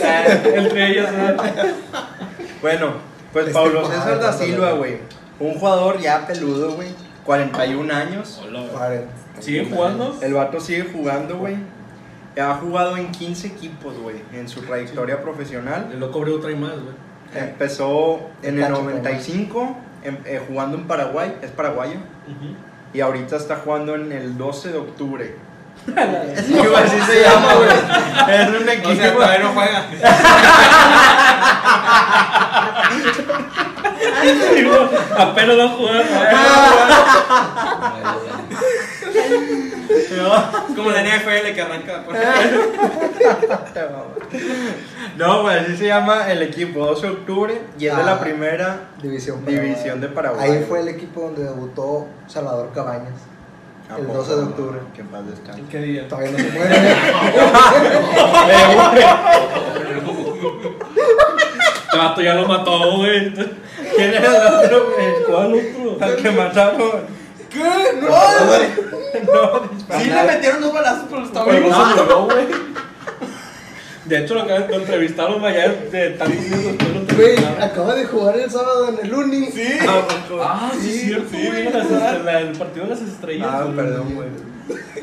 Speaker 6: Entre ellas. ah.
Speaker 4: Bueno, pues
Speaker 3: Este
Speaker 4: Pablo
Speaker 3: padre,
Speaker 4: César da
Speaker 3: Pablo
Speaker 4: Silva,
Speaker 3: César.
Speaker 4: güey. Un jugador ya peludo, güey. 41 años.
Speaker 6: Hola, güey.
Speaker 3: Vale.
Speaker 6: ¿Siguen jugando?
Speaker 4: El vato sigue jugando, güey. Ha jugado en 15 equipos, güey, en su trayectoria profesional.
Speaker 6: El loco Abreu trae más, güey.
Speaker 4: Empezó en el
Speaker 3: Cacho,
Speaker 4: 95 en- eh, jugando en Paraguay, es paraguayo, y ahorita está jugando en el 12 de octubre. Sí, güey, así se llama, güey. Es un equipo.
Speaker 5: O sea, todavía no juega.
Speaker 6: Digo, Apenas va a jugar.
Speaker 4: No,
Speaker 5: Es como la NFL que arranca por
Speaker 4: no, pues así se llama el equipo 12 de octubre y es de
Speaker 3: Ah.
Speaker 4: la primera.
Speaker 3: División,
Speaker 4: División de Paraguay.
Speaker 3: Ahí fue el equipo donde debutó Salvador Cabañas.
Speaker 4: ¿A
Speaker 3: El
Speaker 4: poco?
Speaker 3: 12 de octubre.
Speaker 4: Que en paz descanse.
Speaker 6: ¿En qué día?
Speaker 3: Todavía no se muere.
Speaker 4: Eh,
Speaker 6: Este vato ya lo mató, güey.
Speaker 4: ¿Quién era el otro, güey?
Speaker 6: ¿Cuál otro?
Speaker 4: Al que mataron.
Speaker 5: ¿Qué? ¡No!
Speaker 4: No, dispara.
Speaker 5: Sí le metieron dos balazos por los
Speaker 6: Pero
Speaker 5: tabulos.
Speaker 6: no se murió, güey. De hecho, lo, acaban- lo entrevistaron allá de tantos años después lo
Speaker 3: Güey,
Speaker 6: entrevistaron.
Speaker 3: acaba de jugar el sábado en el Uni.
Speaker 5: Sí.
Speaker 6: Ah, sí, es cierto,
Speaker 5: sí,
Speaker 6: güey.
Speaker 5: güey.
Speaker 6: las estre- la- el partido de las estrellas.
Speaker 4: Ah,
Speaker 6: güey.
Speaker 4: perdón, güey.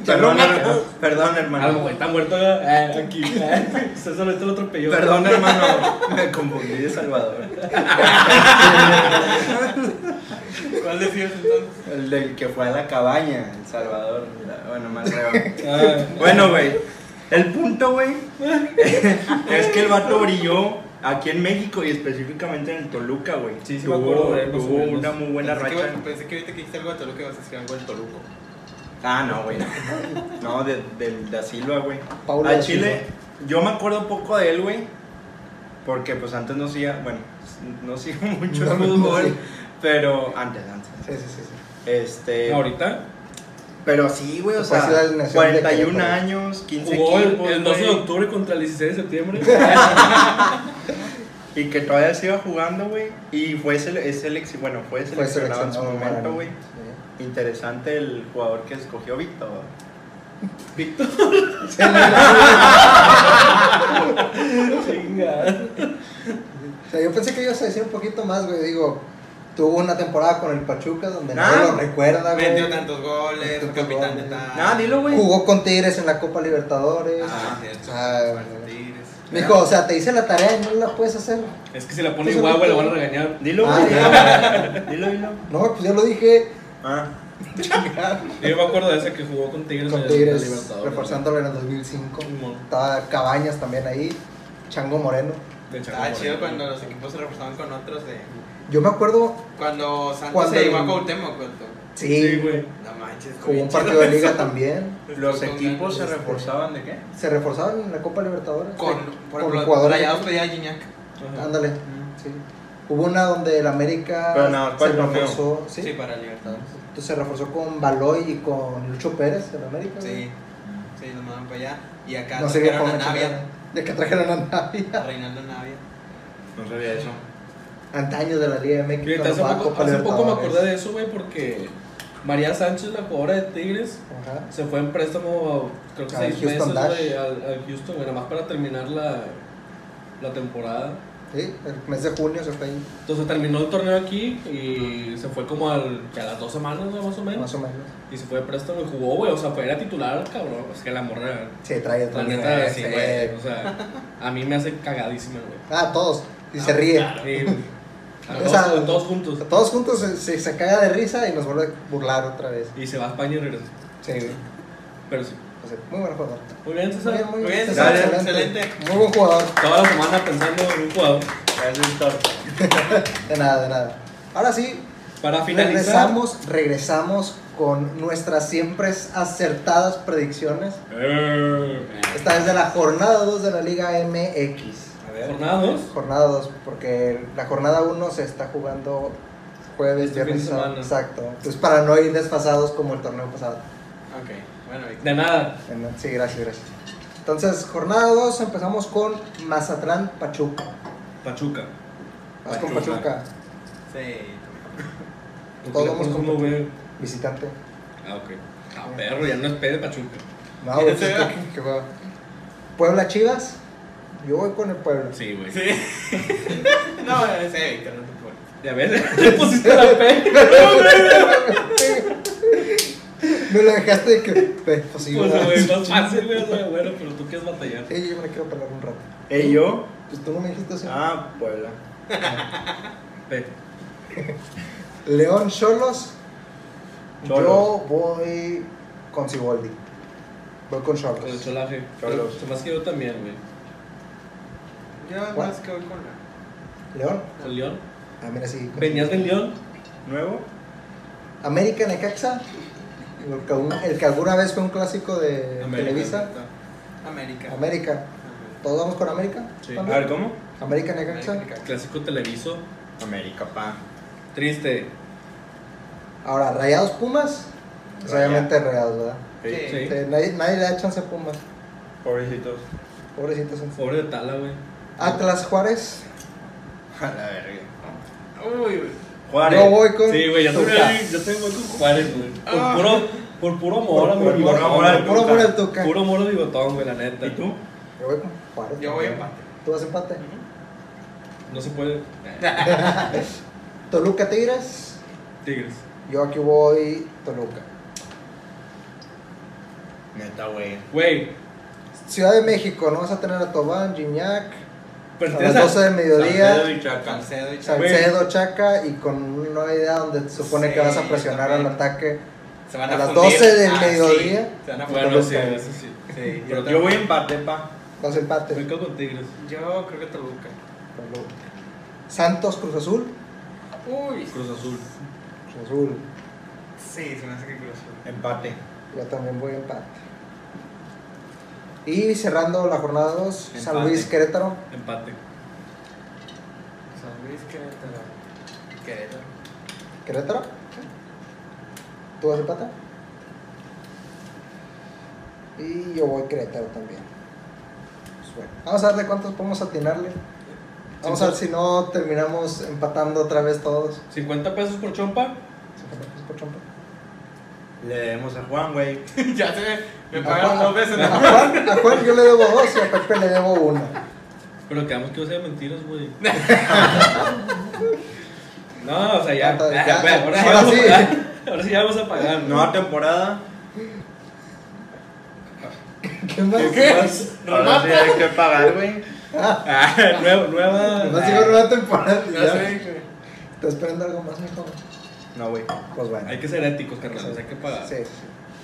Speaker 4: Perdón, hermano. Perdón,
Speaker 6: Ah,
Speaker 4: hermano.
Speaker 6: güey, está muerto eh, aquí. eh. César Neto lo atropelló.
Speaker 4: Perdón, hermano. Me confundí de Salvador.
Speaker 5: ¿Cuál decías entonces?
Speaker 4: El del que fue a la cabaña, El Salvador. la- Bueno, más reo.
Speaker 6: Ah,
Speaker 4: Bueno, güey. El punto, güey, es que el vato brilló aquí en México y específicamente en el Toluca, güey.
Speaker 6: Sí, sí me
Speaker 4: tuvo,
Speaker 6: acuerdo de él, más o
Speaker 4: tuvo
Speaker 6: menos.
Speaker 4: una muy buena
Speaker 5: pensé,
Speaker 4: racha.
Speaker 5: que, pensé que ahorita que dijiste algo de Toluca ibas a decir algo del Toluco.
Speaker 4: Ah, no, güey. No, de, del da Silva, güey.
Speaker 3: Paulo
Speaker 4: A
Speaker 3: da
Speaker 4: Ah, Chile, yo me acuerdo poco de él, güey. Porque pues antes no hacía, bueno, no hacía mucho
Speaker 3: No,
Speaker 4: el
Speaker 3: no,
Speaker 4: fútbol.
Speaker 3: sí.
Speaker 4: Pero antes, antes.
Speaker 3: Sí, sí, sí. sí.
Speaker 6: Eh,
Speaker 4: Este.
Speaker 6: Ahorita
Speaker 4: Pero sí, güey, o
Speaker 3: Te puedes
Speaker 4: sea,
Speaker 3: ir a Pues, la alineación de
Speaker 4: 41
Speaker 3: Querétaro.
Speaker 4: años, 15
Speaker 6: jugó el,
Speaker 4: equipos,
Speaker 6: el 12 de
Speaker 4: güey,
Speaker 6: octubre contra el 16 de septiembre.
Speaker 4: Y que todavía se iba jugando, güey. Y fue, sele es selec- bueno, fue
Speaker 3: Fue
Speaker 4: seleccionado en su
Speaker 3: seleccionado
Speaker 4: momento, güey.
Speaker 3: Sí.
Speaker 4: Interesante el jugador que escogió Víctor.
Speaker 6: Víctor. Chinga.
Speaker 3: O sea, yo pensé que ibas a decir un poquito más, güey. Digo, tuvo una temporada con el Pachuca donde
Speaker 4: Nah.
Speaker 3: nadie lo recuerda, güey.
Speaker 5: Metió tantos goles,
Speaker 3: Tantos
Speaker 5: capitán de
Speaker 3: goles.
Speaker 5: tal.
Speaker 4: Nada, Ah, dilo, güey.
Speaker 3: Jugó con Tigres en la Copa Libertadores.
Speaker 5: Ah, cierto.
Speaker 3: Ah,
Speaker 5: Fuerza Tigres.
Speaker 3: Mijo, o sea, te hice la tarea y no la puedes hacer.
Speaker 6: Es que si la pone igual, güey, la van a regañar.
Speaker 4: Dilo,
Speaker 3: Ah,
Speaker 4: güey.
Speaker 3: ya.
Speaker 4: dilo, dilo.
Speaker 3: No, pues ya lo dije.
Speaker 4: Ah,
Speaker 6: Yo me acuerdo de ese que jugó con Tigres. en
Speaker 3: Con
Speaker 6: el
Speaker 3: Tigres,
Speaker 6: Libertadores.
Speaker 3: reforzándolo en el 2005.
Speaker 6: Simón.
Speaker 3: Estaba Cabañas también ahí. Chango Moreno.
Speaker 6: De Chaco
Speaker 5: Estaba Ah, chido
Speaker 6: Moreno.
Speaker 5: cuando los equipos se reforzaban con otros de.
Speaker 3: Yo me acuerdo,
Speaker 5: Cuando Santos
Speaker 3: Cuando-
Speaker 5: se llevó a Cuauhtémoc, Cuauhtémoc.
Speaker 6: Sí,
Speaker 3: sí,
Speaker 6: güey.
Speaker 5: No manches,
Speaker 3: jugó un partido de liga también.
Speaker 4: ¿Los equipos se
Speaker 3: este-
Speaker 4: reforzaban de qué?
Speaker 3: Se reforzaron en la Copa Libertadores.
Speaker 5: Con, por ejemplo,
Speaker 3: jugadores.
Speaker 5: Rayados pedía a Gignac.
Speaker 6: Ajá.
Speaker 3: Ándale, sí. Hubo una donde el América
Speaker 4: Pero nada,
Speaker 3: se
Speaker 4: ¿cuál torneo?
Speaker 3: reforzó,
Speaker 5: Sí,
Speaker 3: sí.
Speaker 5: para Libertadores.
Speaker 3: Entonces se reforzó con Baloy y con Lucho Pérez del América.
Speaker 5: Sí, sí, lo mandaban para allá. Y acá
Speaker 3: No sirvió
Speaker 5: trajeron
Speaker 3: por
Speaker 5: a
Speaker 3: mucho,
Speaker 5: Navia,
Speaker 3: De que trajeron a Navia.
Speaker 5: a Reinaldo Navia.
Speaker 4: No sabía eso.
Speaker 3: Antaño de la Liga MX.
Speaker 6: Fíjate,
Speaker 3: cuando
Speaker 6: hace
Speaker 3: jugaba
Speaker 6: poco,
Speaker 3: Copa
Speaker 6: hace poco me
Speaker 3: Libertadores.
Speaker 6: acordé de eso, güey, porque María Sánchez, la jugadora de Tigres,
Speaker 3: Ajá.
Speaker 6: se fue en préstamo, creo que
Speaker 3: Al
Speaker 6: seis meses,
Speaker 3: Houston Dash.
Speaker 6: güey, al, al Houston, güey, nada más para terminar la, la temporada.
Speaker 3: Sí, el mes de junio se fue ahí,
Speaker 6: Entonces terminó el torneo aquí y se fue como al, que a las dos semanas, güey, más o menos.
Speaker 3: más o menos.
Speaker 6: Y se fue de préstamo y jugó, güey, o sea, fue era titular, cabrón. Es que la morra,
Speaker 3: Sí, trae
Speaker 6: la
Speaker 3: el
Speaker 6: neta, sí,
Speaker 3: eh, sí,
Speaker 6: güey, o sea, a mí me hace cagadísima, güey.
Speaker 3: Ah, todos. Y se ríe.
Speaker 6: Sí, güey. A
Speaker 3: O sea,
Speaker 6: todos, a todos juntos.
Speaker 3: Todos juntos se, se, se caga de risa y nos vuelve a burlar otra vez.
Speaker 6: Y se va a España y regresa.
Speaker 3: Sí, güey.
Speaker 6: Pero sí.
Speaker 3: O sea, muy buen jugador.
Speaker 6: Muy bien,
Speaker 3: Muy
Speaker 6: César.
Speaker 3: bien, muy
Speaker 5: Muy
Speaker 3: bien.
Speaker 5: bien,
Speaker 3: César,
Speaker 4: dale,
Speaker 5: excelente.
Speaker 3: Muy buen jugador.
Speaker 6: Toda la semana pensando en un jugador.
Speaker 4: Gracias, Víctor.
Speaker 3: De nada, de nada. Ahora sí,
Speaker 6: Para finalizar.
Speaker 3: regresamos, regresamos con nuestras siempre acertadas predicciones.
Speaker 6: Eh,
Speaker 3: Esta es de la jornada 2 de la Liga MX.
Speaker 4: A ver.
Speaker 6: Jornada 2.
Speaker 3: Jornada 2, porque la jornada 1 se está jugando jueves,
Speaker 6: Este
Speaker 3: viernes,
Speaker 6: fin de
Speaker 3: sábado.
Speaker 6: semana.
Speaker 3: Exacto. Entonces, para no ir desfasados como el torneo pasado.
Speaker 5: Ok, bueno, Víctor.
Speaker 6: De nada.
Speaker 3: En- Sí, gracias, gracias. Entonces, jornada 2, empezamos con Mazatlán Pachuca.
Speaker 6: Pachuca.
Speaker 3: Vas con
Speaker 4: Pachuca.
Speaker 3: Pachuca,
Speaker 5: Sí.
Speaker 3: Todos
Speaker 6: Porque le
Speaker 3: vamos
Speaker 6: puso
Speaker 3: con
Speaker 6: uno, güey.
Speaker 3: visitante.
Speaker 6: Ah, ok. Ah, perro, ya no es P de Pachuca.
Speaker 3: No, pues, güey, qué- qué hueva. Puebla Chivas. Yo voy con el Puebla.
Speaker 6: Sí, güey.
Speaker 5: Sí. no, sí, Víctor, no te puedo.
Speaker 6: Ya ves, le pusiste la P.
Speaker 3: Me lo dejaste de que. Pues, pues, sí,
Speaker 6: Pues,
Speaker 3: ¿verdad?
Speaker 6: güey, más fácil, güey. o sea, Bueno, pero tú quieres batallar.
Speaker 3: Sí, yo me la quiero pelar un rato.
Speaker 4: ¿Eh, yo?
Speaker 3: Pues tú no me dijiste eso.
Speaker 4: Ah, Puebla.
Speaker 6: P.
Speaker 3: León Cholos. Yo
Speaker 4: Cholos.
Speaker 3: voy con Siboldi. Voy con
Speaker 6: Con el
Speaker 3: Cholos.
Speaker 6: cholaje.
Speaker 4: Cholos.
Speaker 6: Se más que yo también, güey.
Speaker 5: Yo
Speaker 3: ¿Cuál?
Speaker 5: más que voy con la.
Speaker 3: León.
Speaker 6: Con León.
Speaker 3: Ah, mira, sí.
Speaker 6: Venías del León.
Speaker 4: ¿Nuevo?
Speaker 3: América Necaxa. El que, un- el que alguna vez fue un clásico de
Speaker 6: América.
Speaker 3: Televisa,
Speaker 5: América.
Speaker 3: América. ¿Todos vamos con América?
Speaker 6: Sí.
Speaker 4: A
Speaker 3: ¿También?
Speaker 4: ver, ¿cómo?
Speaker 3: América
Speaker 5: América.
Speaker 3: Necaxa.
Speaker 6: Clásico televiso.
Speaker 4: América, pa.
Speaker 6: Triste.
Speaker 3: Ahora, Rayados Pumas. Pues,
Speaker 4: Raya-
Speaker 3: Obviamente Rayados, ¿verdad?
Speaker 5: Sí.
Speaker 6: Sí.
Speaker 3: Sí, nadie, nadie le da chance a Pumas.
Speaker 4: Pobrecitos.
Speaker 3: Pobrecitos.
Speaker 6: Pobre de Tala, güey.
Speaker 3: Atlas Juárez.
Speaker 4: A la verga.
Speaker 5: Uy, güey.
Speaker 4: Juárez.
Speaker 3: Yo voy Ah, con.
Speaker 6: Sí, güey, yo
Speaker 3: Tuca. Ah.
Speaker 6: también yo tengo con Juárez, güey. Por puro, por puro amor, a mi
Speaker 3: Por
Speaker 4: puro amor al
Speaker 6: bigotón.
Speaker 3: Puro
Speaker 4: Tuca.
Speaker 3: por el Tuca.
Speaker 6: Puro amor a mi bigotón, güey, la neta.
Speaker 4: ¿Y tú?
Speaker 3: Yo voy con Juárez.
Speaker 5: Yo voy a
Speaker 3: también.
Speaker 5: empate.
Speaker 3: ¿Tú vas a empate?
Speaker 6: No se puede.
Speaker 3: Toluca Tigres.
Speaker 6: Tigres.
Speaker 3: Yo aquí voy Toluca.
Speaker 4: Neta, güey.
Speaker 6: Güey,
Speaker 3: Ciudad de México, no vas a tener a Tobán, Gignac, a
Speaker 6: pero
Speaker 3: las
Speaker 6: tienes a-
Speaker 3: 12 de mediodía,
Speaker 4: Salcedo y Chaca.
Speaker 5: Cancedo y Chaca.
Speaker 3: Salcedo, Chaca y con una idea donde se supone que
Speaker 5: Sí,
Speaker 3: vas a presionar
Speaker 5: también.
Speaker 3: al ataque.
Speaker 5: Se van
Speaker 3: A
Speaker 5: a,
Speaker 3: las
Speaker 5: fundir.
Speaker 3: 12 del
Speaker 5: Ah,
Speaker 3: mediodía.
Speaker 5: sí, se van a fundir.
Speaker 6: Ah, Bueno, sí,
Speaker 3: Toluca.
Speaker 6: eso sí.
Speaker 5: Sí,
Speaker 4: Pero
Speaker 5: yo,
Speaker 4: yo
Speaker 5: voy.
Speaker 4: voy empate, pa.
Speaker 3: Dos
Speaker 6: Me
Speaker 3: empates.
Speaker 6: cago con Tigres.
Speaker 5: Yo creo que Toluca.
Speaker 3: Toluca. Santos, Cruz Azul.
Speaker 5: Uy.
Speaker 6: Cruz Azul.
Speaker 3: Cruz Azul.
Speaker 5: Sí, se me hace que Cruz Azul.
Speaker 4: Empate.
Speaker 3: Yo también voy empate. Y cerrando la jornada 2, San
Speaker 4: Empate.
Speaker 3: Luis, Querétaro.
Speaker 6: Empate.
Speaker 5: San Luis, Querétaro. Querétaro.
Speaker 3: ¿Querétaro? ¿Tú vas empate? Y yo voy Querétaro también. Pues bueno, vamos a ver de cuántos podemos atinarle. Vamos a ver si no terminamos empatando otra vez todos.
Speaker 6: 50 pesos por chompa.
Speaker 4: Le debemos a Juan, güey.
Speaker 5: ya se me
Speaker 3: A
Speaker 5: pagaron
Speaker 3: Juan-
Speaker 5: dos veces.
Speaker 3: A
Speaker 5: ¿no?
Speaker 3: Juan, a Juan yo le debo dos y a Pepe le debo una.
Speaker 6: Pero quedamos que iba a ser de mentiras, güey. no, o sea, ya. ah,
Speaker 3: Ya, ya,
Speaker 6: Bueno, ahora, sí
Speaker 3: ahora sí.
Speaker 6: vamos a pagar. Ahora sí ya vamos a pagar.
Speaker 4: Nueva temporada.
Speaker 3: ¿Qué más?
Speaker 4: más? Ahora sí hay que pagar, güey.
Speaker 6: Ah, nueva. nueva-
Speaker 3: No sigo nueva temporada.
Speaker 5: Ya
Speaker 3: ya.
Speaker 5: sé, güey.
Speaker 3: ¿Estás esperando algo más, mijo?
Speaker 4: No, güey.
Speaker 3: Pues bueno.
Speaker 6: Hay que ser éticos, carnal. o sea, Hay que pagar.
Speaker 3: Sí.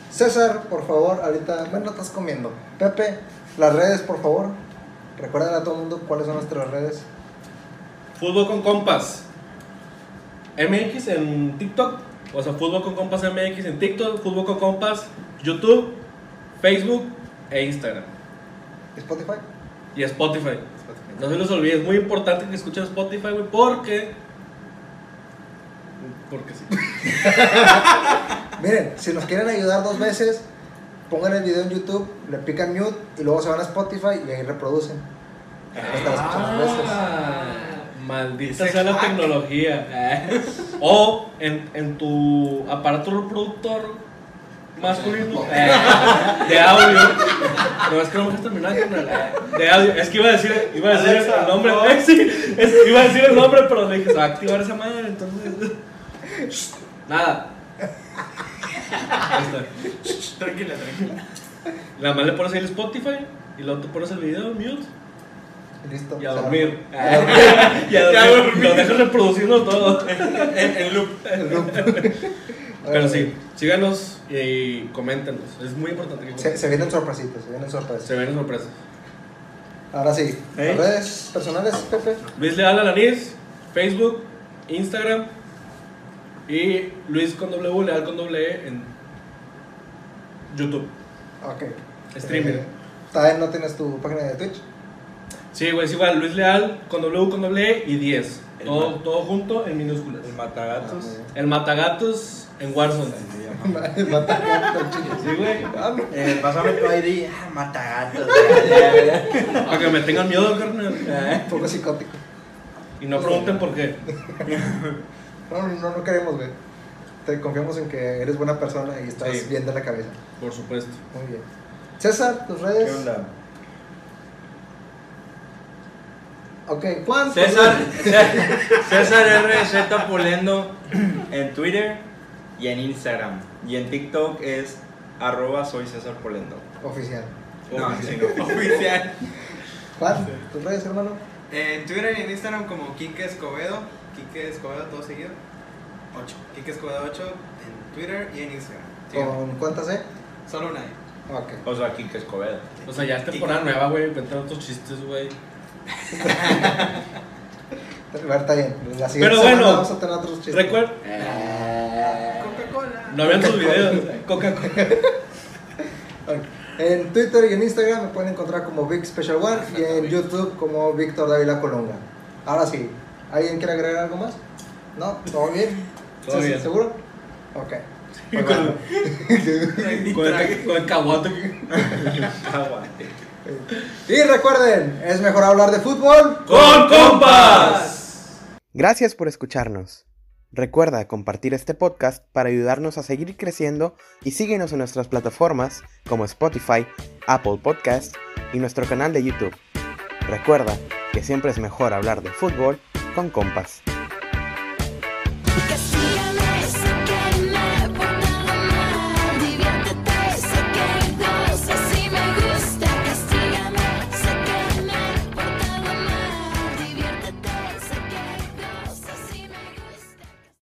Speaker 3: César, por favor, ahorita, bueno, estás comiendo. Pepe, las redes, por favor. Recuerden a todo el mundo cuáles son nuestras redes.
Speaker 6: Fútbol con compas. MX en TikTok. O sea, fútbol con compas MX en TikTok. Fútbol con compas. YouTube. Facebook. E Instagram.
Speaker 3: Spotify.
Speaker 6: Y Spotify. No se los olvide, es muy importante que escuchen Spotify, güey, porque. Porque sí.
Speaker 3: Miren, si nos quieren ayudar dos veces, pongan el video en YouTube, le pican mute y luego se van a Spotify y ahí reproducen. Hasta las próximas veces.
Speaker 6: Ah, maldita sea la tecnología. o en, en tu aparato reproductor masculino eh, de audio. No, es que no me dejas terminar, carnal. eh, De audio. Es que iba a decir, iba a decir
Speaker 4: Alexa,
Speaker 6: el nombre.
Speaker 4: no.
Speaker 6: eh, sí, es que iba a decir el nombre, pero le dije, se va a activar esa madre, entonces. Nada. Ahí está.
Speaker 5: Tranquila, tranquila.
Speaker 6: Nada más le pones ahí el Spotify y luego te pones el video, mute,
Speaker 3: Y Listo.
Speaker 6: y a
Speaker 3: Se
Speaker 6: dormir.
Speaker 3: armó. Y a dormir.
Speaker 6: Y a
Speaker 5: Ya
Speaker 6: dormir.
Speaker 5: dormí.
Speaker 6: Lo dejas reproduciendo todo. En loop.
Speaker 3: El grupo.
Speaker 6: Pero sí, síganos y coméntenos. Es muy importante que
Speaker 3: Se,
Speaker 6: comenten.
Speaker 3: se vienen sorpresitas, se vienen sorpresas.
Speaker 6: Se ven sorpresas.
Speaker 3: Ahora sí,
Speaker 6: ¿Eh?
Speaker 3: las redes personales, Pepe.
Speaker 6: Luis Leal Alanis, Facebook, Instagram y Luis con W, Leal con W E en YouTube.
Speaker 3: Ok.
Speaker 6: Streamer.
Speaker 3: Eh, todavía no tienes tu página de Twitch.
Speaker 6: Sí, güey, es igual. Luis Leal con W, con W E y 10.
Speaker 4: El
Speaker 6: Todo,
Speaker 4: ma-
Speaker 6: todo junto en minúsculas.
Speaker 4: El matagatos.
Speaker 6: El Matagatos en Warzone.
Speaker 3: Matacato, chicos.
Speaker 6: Sí, güey. Ah,
Speaker 4: Eh, pásame tu ID. Ah, matagatos. ya, ya, ya.
Speaker 6: Para que me tengan miedo, carnal.
Speaker 3: Un poco psicótico.
Speaker 6: Y no pregunten por qué.
Speaker 3: No, no, no queremos, güey. Te confiamos en que eres buena persona y estás
Speaker 6: Sí.
Speaker 3: bien de la cabeza.
Speaker 6: Por supuesto.
Speaker 3: Muy bien. César, tus redes.
Speaker 4: ¿Qué onda?
Speaker 3: Ok, Juan.
Speaker 4: César, César RZ Pulendo en Twitter y en Instagram. Y en TikTok es arroba soy César Pulendo.
Speaker 3: Oficial.
Speaker 4: No, sí,
Speaker 5: Oficial.
Speaker 4: no.
Speaker 5: Oficial.
Speaker 3: Juan, tus redes, hermano.
Speaker 5: En Twitter y en Instagram como Kike Escobedo. Kike Escobedo todo seguido. 8. Kike Escobedo 8 en Twitter y en Instagram. Síganme.
Speaker 3: ¿Con cuántas E?
Speaker 5: Solo una.
Speaker 3: Ok.
Speaker 4: O sea, Kike Escobedo.
Speaker 6: O sea, ya es temporada nueva, güey. Inventar otros chistes, güey.
Speaker 3: Bueno, Está bien. La siguiente
Speaker 6: Pero
Speaker 3: semana
Speaker 6: bueno,
Speaker 3: vamos a tener otros chistes.
Speaker 6: Recuerda.
Speaker 5: Coca-Cola.
Speaker 6: No vean sus videos. Coca-Cola.
Speaker 3: En Twitter y en Instagram me pueden encontrar como Big Special One y en
Speaker 7: Exactamente.
Speaker 3: YouTube como Víctor Dávila Colunga. Ahora sí, ¿alguien quiere agregar algo más? ¿No? ¿Todo bien?
Speaker 6: Todo
Speaker 3: ¿Sí, sí,
Speaker 6: bien.
Speaker 3: ¿Seguro? Ok. Pues
Speaker 6: con-
Speaker 3: bueno.
Speaker 6: Con el, con el caguato.
Speaker 7: Aguante.
Speaker 3: y recuerden, es mejor hablar de fútbol.
Speaker 6: ¡Con compas!
Speaker 5: Gracias por escucharnos. Recuerda compartir este podcast para ayudarnos a seguir creciendo y síguenos en nuestras plataformas como Spotify, Apple Podcast y nuestro canal de YouTube. Recuerda que siempre es mejor hablar de fútbol con compas.